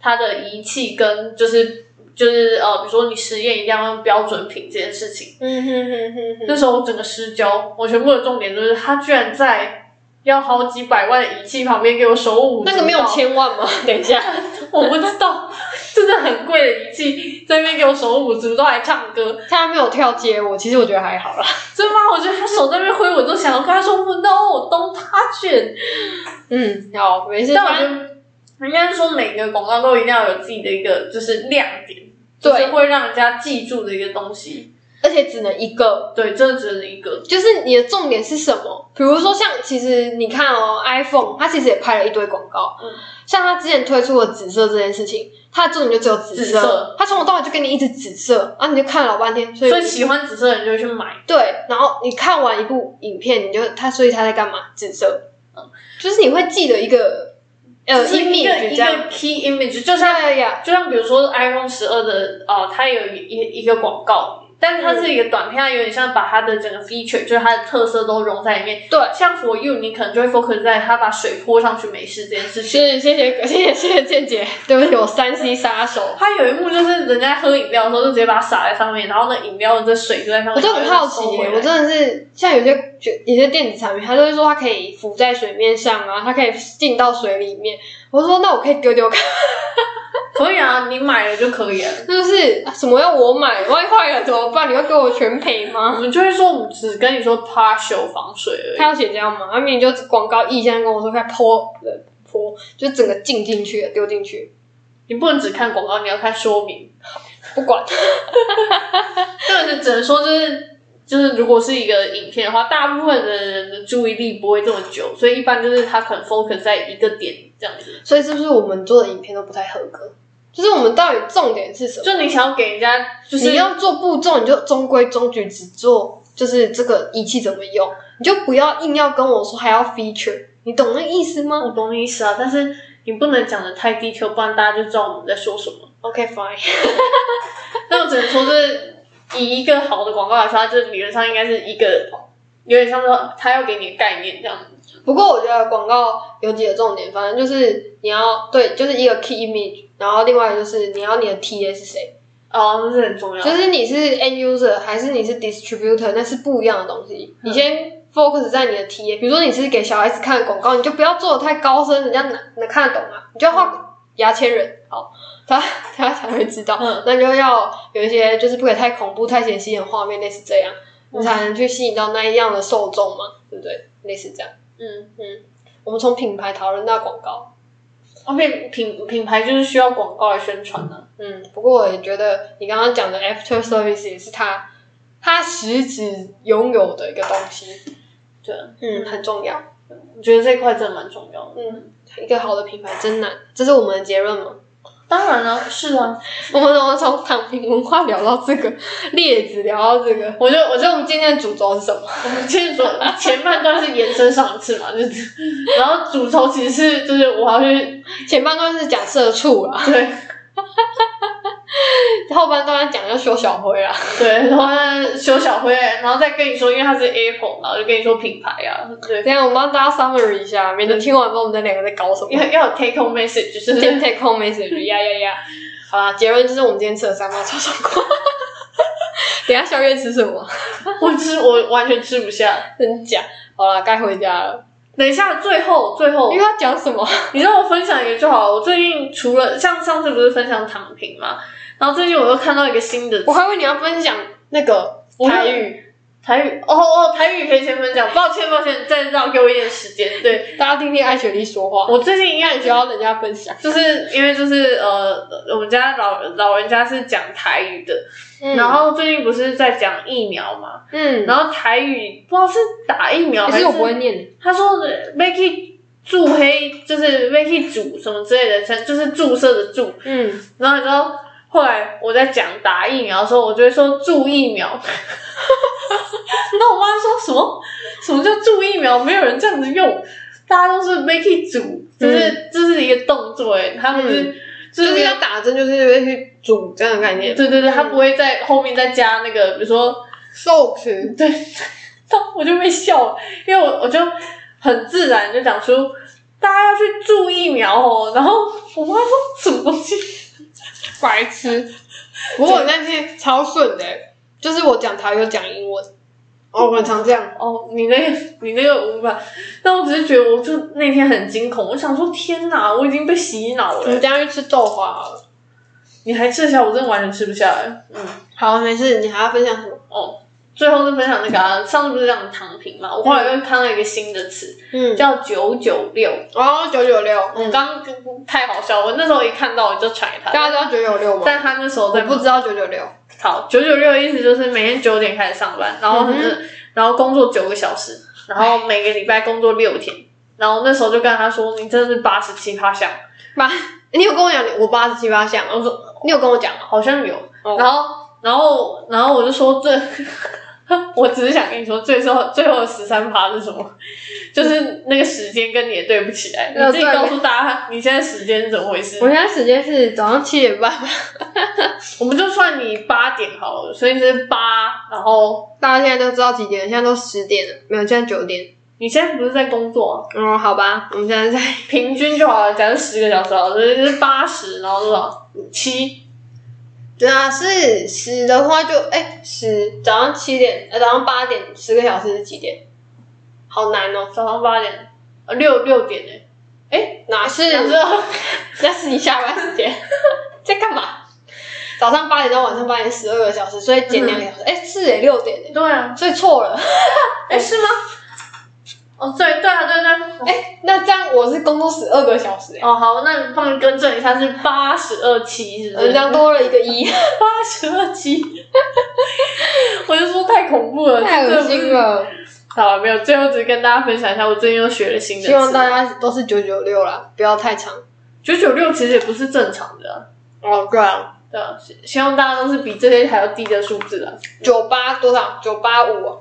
Speaker 2: 他的仪器跟就是就是呃，比如说你实验一定要用标准品这件事情。
Speaker 1: 嗯哼哼哼
Speaker 2: 那时候我整个失焦，我全部的重点就是他居然在要好几百万的仪器旁边给我手舞足蹈，
Speaker 1: 那个没有千万 吗？等一下，
Speaker 2: 我不知道，真的很贵的仪器，在那边给我手舞足蹈还唱歌，
Speaker 1: 他没有跳街舞，其实我觉得还好啦。
Speaker 2: 真的吗？我觉得他手在那边挥，我都想要跟他说 “no”，don't touch it。
Speaker 1: 嗯，好，没事。
Speaker 2: 但我
Speaker 1: 反
Speaker 2: 觉
Speaker 1: 正
Speaker 2: 得，人家说每个广告都一定要有自己的一个就是亮点，
Speaker 1: 对
Speaker 2: 就是会让人家记住的一个东西。
Speaker 1: 而且只能一个，
Speaker 2: 对，这只是一个，
Speaker 1: 就是你的重点是什么？比如说像，其实你看哦，iPhone 它其实也拍了一堆广告，
Speaker 2: 嗯
Speaker 1: 像它之前推出的紫色这件事情，它的重点就只有紫
Speaker 2: 紫色
Speaker 1: 它从头到尾就跟你一直紫色，啊，你就看了老半天，所以
Speaker 2: 所以喜欢紫色的人就会去买。
Speaker 1: 对，然后你看完一部影片，你就它，所以它在干嘛？紫色，就是你会记得一个呃
Speaker 2: 就是一个
Speaker 1: image
Speaker 2: 一
Speaker 1: 这
Speaker 2: 个
Speaker 1: 样，
Speaker 2: key image，就像
Speaker 1: 对呀，
Speaker 2: 就像比如说 iPhone 十二的呃，它有一一一个广告，但它
Speaker 1: 嗯
Speaker 2: 是一个短片，它有点像把它的整个 feature，就是它的特色都融在里面。
Speaker 1: 对，
Speaker 2: 像 For You，你可能就会 focus 在它把水泼上去没事这件事情。
Speaker 1: 是谢谢谢谢谢谢健姐，对不起，我三 C 杀手。
Speaker 2: 它有一幕就是人家喝饮料的时候，就直接把它洒在上面，然后那饮料的水就在上面。
Speaker 1: 我就很好奇、
Speaker 2: 然后就收回来
Speaker 1: 我真的是像有些就有些电子产品，它都会说它可以浮在水面上啊，它可以进到水里面。我就说那我可以丢丢看，
Speaker 2: 可以啊，你买了就可以了。
Speaker 1: 就是啊什么要我买，万一坏了怎么办？你会给我全赔
Speaker 2: 我
Speaker 1: 吗？
Speaker 2: 们就会说，我们只跟你说 partial 防水而已。
Speaker 1: 他要写这样吗？他明明就广告意向跟我说快泼呃泼，就整个浸进去了丢进去，
Speaker 2: 你不能只看广告，你要看说明。
Speaker 1: 不管。
Speaker 2: 但是只能说就是就是，如果是一个影片的话，大部分的人的注意力不会这么久，所以一般就是他可能 focus 在一个点这样子。
Speaker 1: 所以是不是我们做的影片都不太合格？就是我们到底重点是什么？
Speaker 2: 就你想要给人家就是
Speaker 1: 你要做步骤，你就中规中矩，只做就是这个仪器怎么用，你就不要硬要跟我说还要 feature，你懂那个意思吗
Speaker 2: 我懂你意思啊，但是你不能讲的太 detail，不然大家就知道我们在说什么。
Speaker 1: ？OK fine，
Speaker 2: 那我只能说，就是以一个好的广告来说，它就是理论上应该是一个有点像说它要给你的概念这样子。
Speaker 1: 不过我觉得广告有几个重点，反正就是你要对，就是一个 key image，然后另外一个就是你要你的 TA 是谁，
Speaker 2: 哦，这是很重要。
Speaker 1: 就是你是 end user 还是你是 distributor，那是不一样的东西。
Speaker 2: 嗯
Speaker 1: 你先 focus 在你的 TA，比如说你是给小孩子看的广告，你就不要做的太高深，人家哪能看得懂啊？你就要
Speaker 2: 嗯
Speaker 1: 画牙签人，好，他 他才会知道。
Speaker 2: 嗯，
Speaker 1: 那就要有一些就是不可以太恐怖、太显吸引的画面，类似这样，
Speaker 2: 嗯
Speaker 1: 你才能去吸引到那一样的受众嘛，对不对？类似这样，
Speaker 2: 嗯，
Speaker 1: 嗯，我们从品牌讨论到广告，
Speaker 2: 而且品品牌就是需要广告来宣传啊的、
Speaker 1: 嗯，不过我也觉得你刚刚讲的 after service 也是它它实质拥有的一个东西，
Speaker 2: 对，啊
Speaker 1: 嗯，很重要，
Speaker 2: 我觉得这一块真的蛮重要的。
Speaker 1: 嗯，一个好的品牌真难，这是我们的结论吗？
Speaker 2: 当然了，是啊，
Speaker 1: 我们我们从躺平文化聊到这个，列子聊到这个，
Speaker 2: 我就我
Speaker 1: 我
Speaker 2: 就
Speaker 1: 觉得我们今天的主轴是什么？
Speaker 2: 我们先说前半段是延伸上次 嘛，就是，然后主轴其实是就是我要去
Speaker 1: 前半段是讲社畜啦。
Speaker 2: 对
Speaker 1: 后半段讲要修小啊灰啦，
Speaker 2: 对，然后呢修小灰，然后再跟你说，因为它是 Apple 嘛，我就跟你说品牌啊，对
Speaker 1: 等，一下我们帮大家 summary 一下，免得听完不知道我们在两个在搞什么。
Speaker 2: 要要有 take home message，就是
Speaker 1: Take take home message，呀呀呀！好啦，结论就是我们今天吃了三包臭爽 瓜。等一下宵夜吃什么？
Speaker 2: 我吃我完全吃不下。
Speaker 1: 真假？好啦，该回家了。
Speaker 2: 等一下，最后最后
Speaker 1: 因为，要讲什么？
Speaker 2: 你让我分享一个就好了。我最近除了像上次不是分享躺平嘛，然后最近我又看到一个新的
Speaker 1: 我还以为你要分享那个
Speaker 2: 我
Speaker 1: 台语，
Speaker 2: 台语哦哦，台语可以先分享，抱歉抱歉，再让给我一点时间。对
Speaker 1: 大家听听艾雪莉说话，
Speaker 2: 我最近应
Speaker 1: 那
Speaker 2: 该
Speaker 1: 你需要人家分享。
Speaker 2: 就是因为就是呃，我们家老老人家是讲台语的，然后最近不是在讲疫苗嘛，
Speaker 1: 嗯，
Speaker 2: 然后台语不知道是打疫苗
Speaker 1: 可
Speaker 2: 还
Speaker 1: 是
Speaker 2: 是
Speaker 1: 我不会念，
Speaker 2: 他说的 Vicky 注黑就是 Vicky 煮什么之类的，就是注射的注。
Speaker 1: 嗯，
Speaker 2: 然后你知道后来我在讲打疫苗的时候，我就会说注疫苗。那我妈说什么？什么叫注疫苗？没有人这样子用，大家都是 Vicky 煮，就是、这是一个动作哎，他们是、就
Speaker 1: 嗯就是是
Speaker 2: 要
Speaker 1: 要打针，就是会去煮这样的概念，
Speaker 2: 对对对，他不会在后面再加那个，比如说
Speaker 1: 受持。
Speaker 2: 对， 他我就被笑了，因为我我就很自然就讲出大家要去注疫苗哦，然后我妈说什么东西，
Speaker 1: 白痴。不过我那天超顺的欸、就是我讲台语又讲英文，哦，我很常这样。
Speaker 2: 哦，你那个 你那个无法，但我只是觉得我就那天很惊恐，我想说天哪，我已经被洗脑
Speaker 1: 我们
Speaker 2: 了，
Speaker 1: 等一下去吃豆花好了。
Speaker 2: 你还吃得下，我真的完全吃不下来。嗯，
Speaker 1: 好，没事，你还要分享什么？
Speaker 2: 哦，最后是分享那个、啊，上次不是讲躺平嘛，我后来又看到一个新的词，
Speaker 1: 嗯，
Speaker 2: 叫九九六。
Speaker 1: 哦，九九六，
Speaker 2: 我
Speaker 1: 嗯，
Speaker 2: 刚刚太好笑，我那时候一看到我就传给他，
Speaker 1: 大家知道九九六吗？
Speaker 2: 但他那时候
Speaker 1: 啊我
Speaker 2: 在
Speaker 1: 不知道九九六，
Speaker 2: 好，九九六的意思就是每天九点开始上班，然后
Speaker 1: 嗯
Speaker 2: 很、然后工作九个小时，然后每个礼拜工作六天。然后那时候就跟他说：“你真的是八十七趴项，
Speaker 1: 八，你有跟我讲你我八十七八项，我说你有跟我讲吗？
Speaker 2: 好像有。
Speaker 1: 哦
Speaker 2: 然后，然后，然后我就说这， 我只是想跟你说，最后最后十三趴是什么？就是那个时间跟你也对不起来，
Speaker 1: 呃
Speaker 2: 你自己
Speaker 1: 对
Speaker 2: 告诉大家你现在时间是怎么回事
Speaker 1: 我。现在时间是早上七点半吧，
Speaker 2: 我们就算你八点好了，所以是八，然后
Speaker 1: 大家现在都知道几点了，现在都十点了，没有，现在九点。
Speaker 2: 你现在不是在工作啊、
Speaker 1: 嗯，好吧，我们现在在
Speaker 2: 平均就好了，假设十个小时好了，所以就是八十，然后多少？七。
Speaker 1: 对啊，是十的话就哎十早上七点，呃早上八点十个小时是几点？好难哦。
Speaker 2: 早上八点，呃六六点呢、
Speaker 1: 哎，哪是？
Speaker 2: 欸？之后
Speaker 1: 那是你下班时间 在干嘛？早上八点到晚上八点十二个小时，所以减两个小时。哎、是哎六点哎，
Speaker 2: 对啊，
Speaker 1: 所以错了。
Speaker 2: 哎、是吗？哦，对对啊，对对，哎、
Speaker 1: 哎，那这样我是工作十二个小时哎，
Speaker 2: 哦好，那你帮你更正一下，是八十二期，是不
Speaker 1: 呃
Speaker 2: 是？
Speaker 1: 这样多了一个一，
Speaker 2: 八十二期， 我就说太恐怖了，
Speaker 1: 嗯 太恶心。了。
Speaker 2: 好了，没有，最后只是跟大家分享一下，我最近又学了新的词。
Speaker 1: 希望大家都是九九六啦，不要太长。
Speaker 2: 九九六其实也不是正常的啊、
Speaker 1: 哦，对啊，
Speaker 2: 对啊，希希望大家都是比这些还要低的数字啊。
Speaker 1: 九八多少？九八五，啊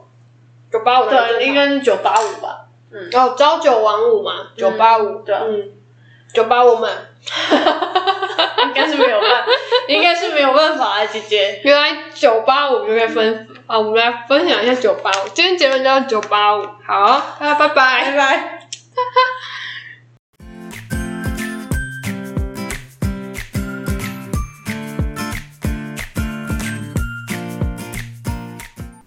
Speaker 1: 九八五
Speaker 2: 对，啊应该是九八五吧。
Speaker 1: 哦，朝九晚五嘛，九八五，
Speaker 2: 对啊
Speaker 1: 嗯，九八五们，
Speaker 2: 应该是没有办，应该是没有办法啊，姐姐。
Speaker 1: 原来九八五就可以分啊，我们来分享一下九八五，今天结论叫九八五，好，大家拜拜。
Speaker 2: 拜。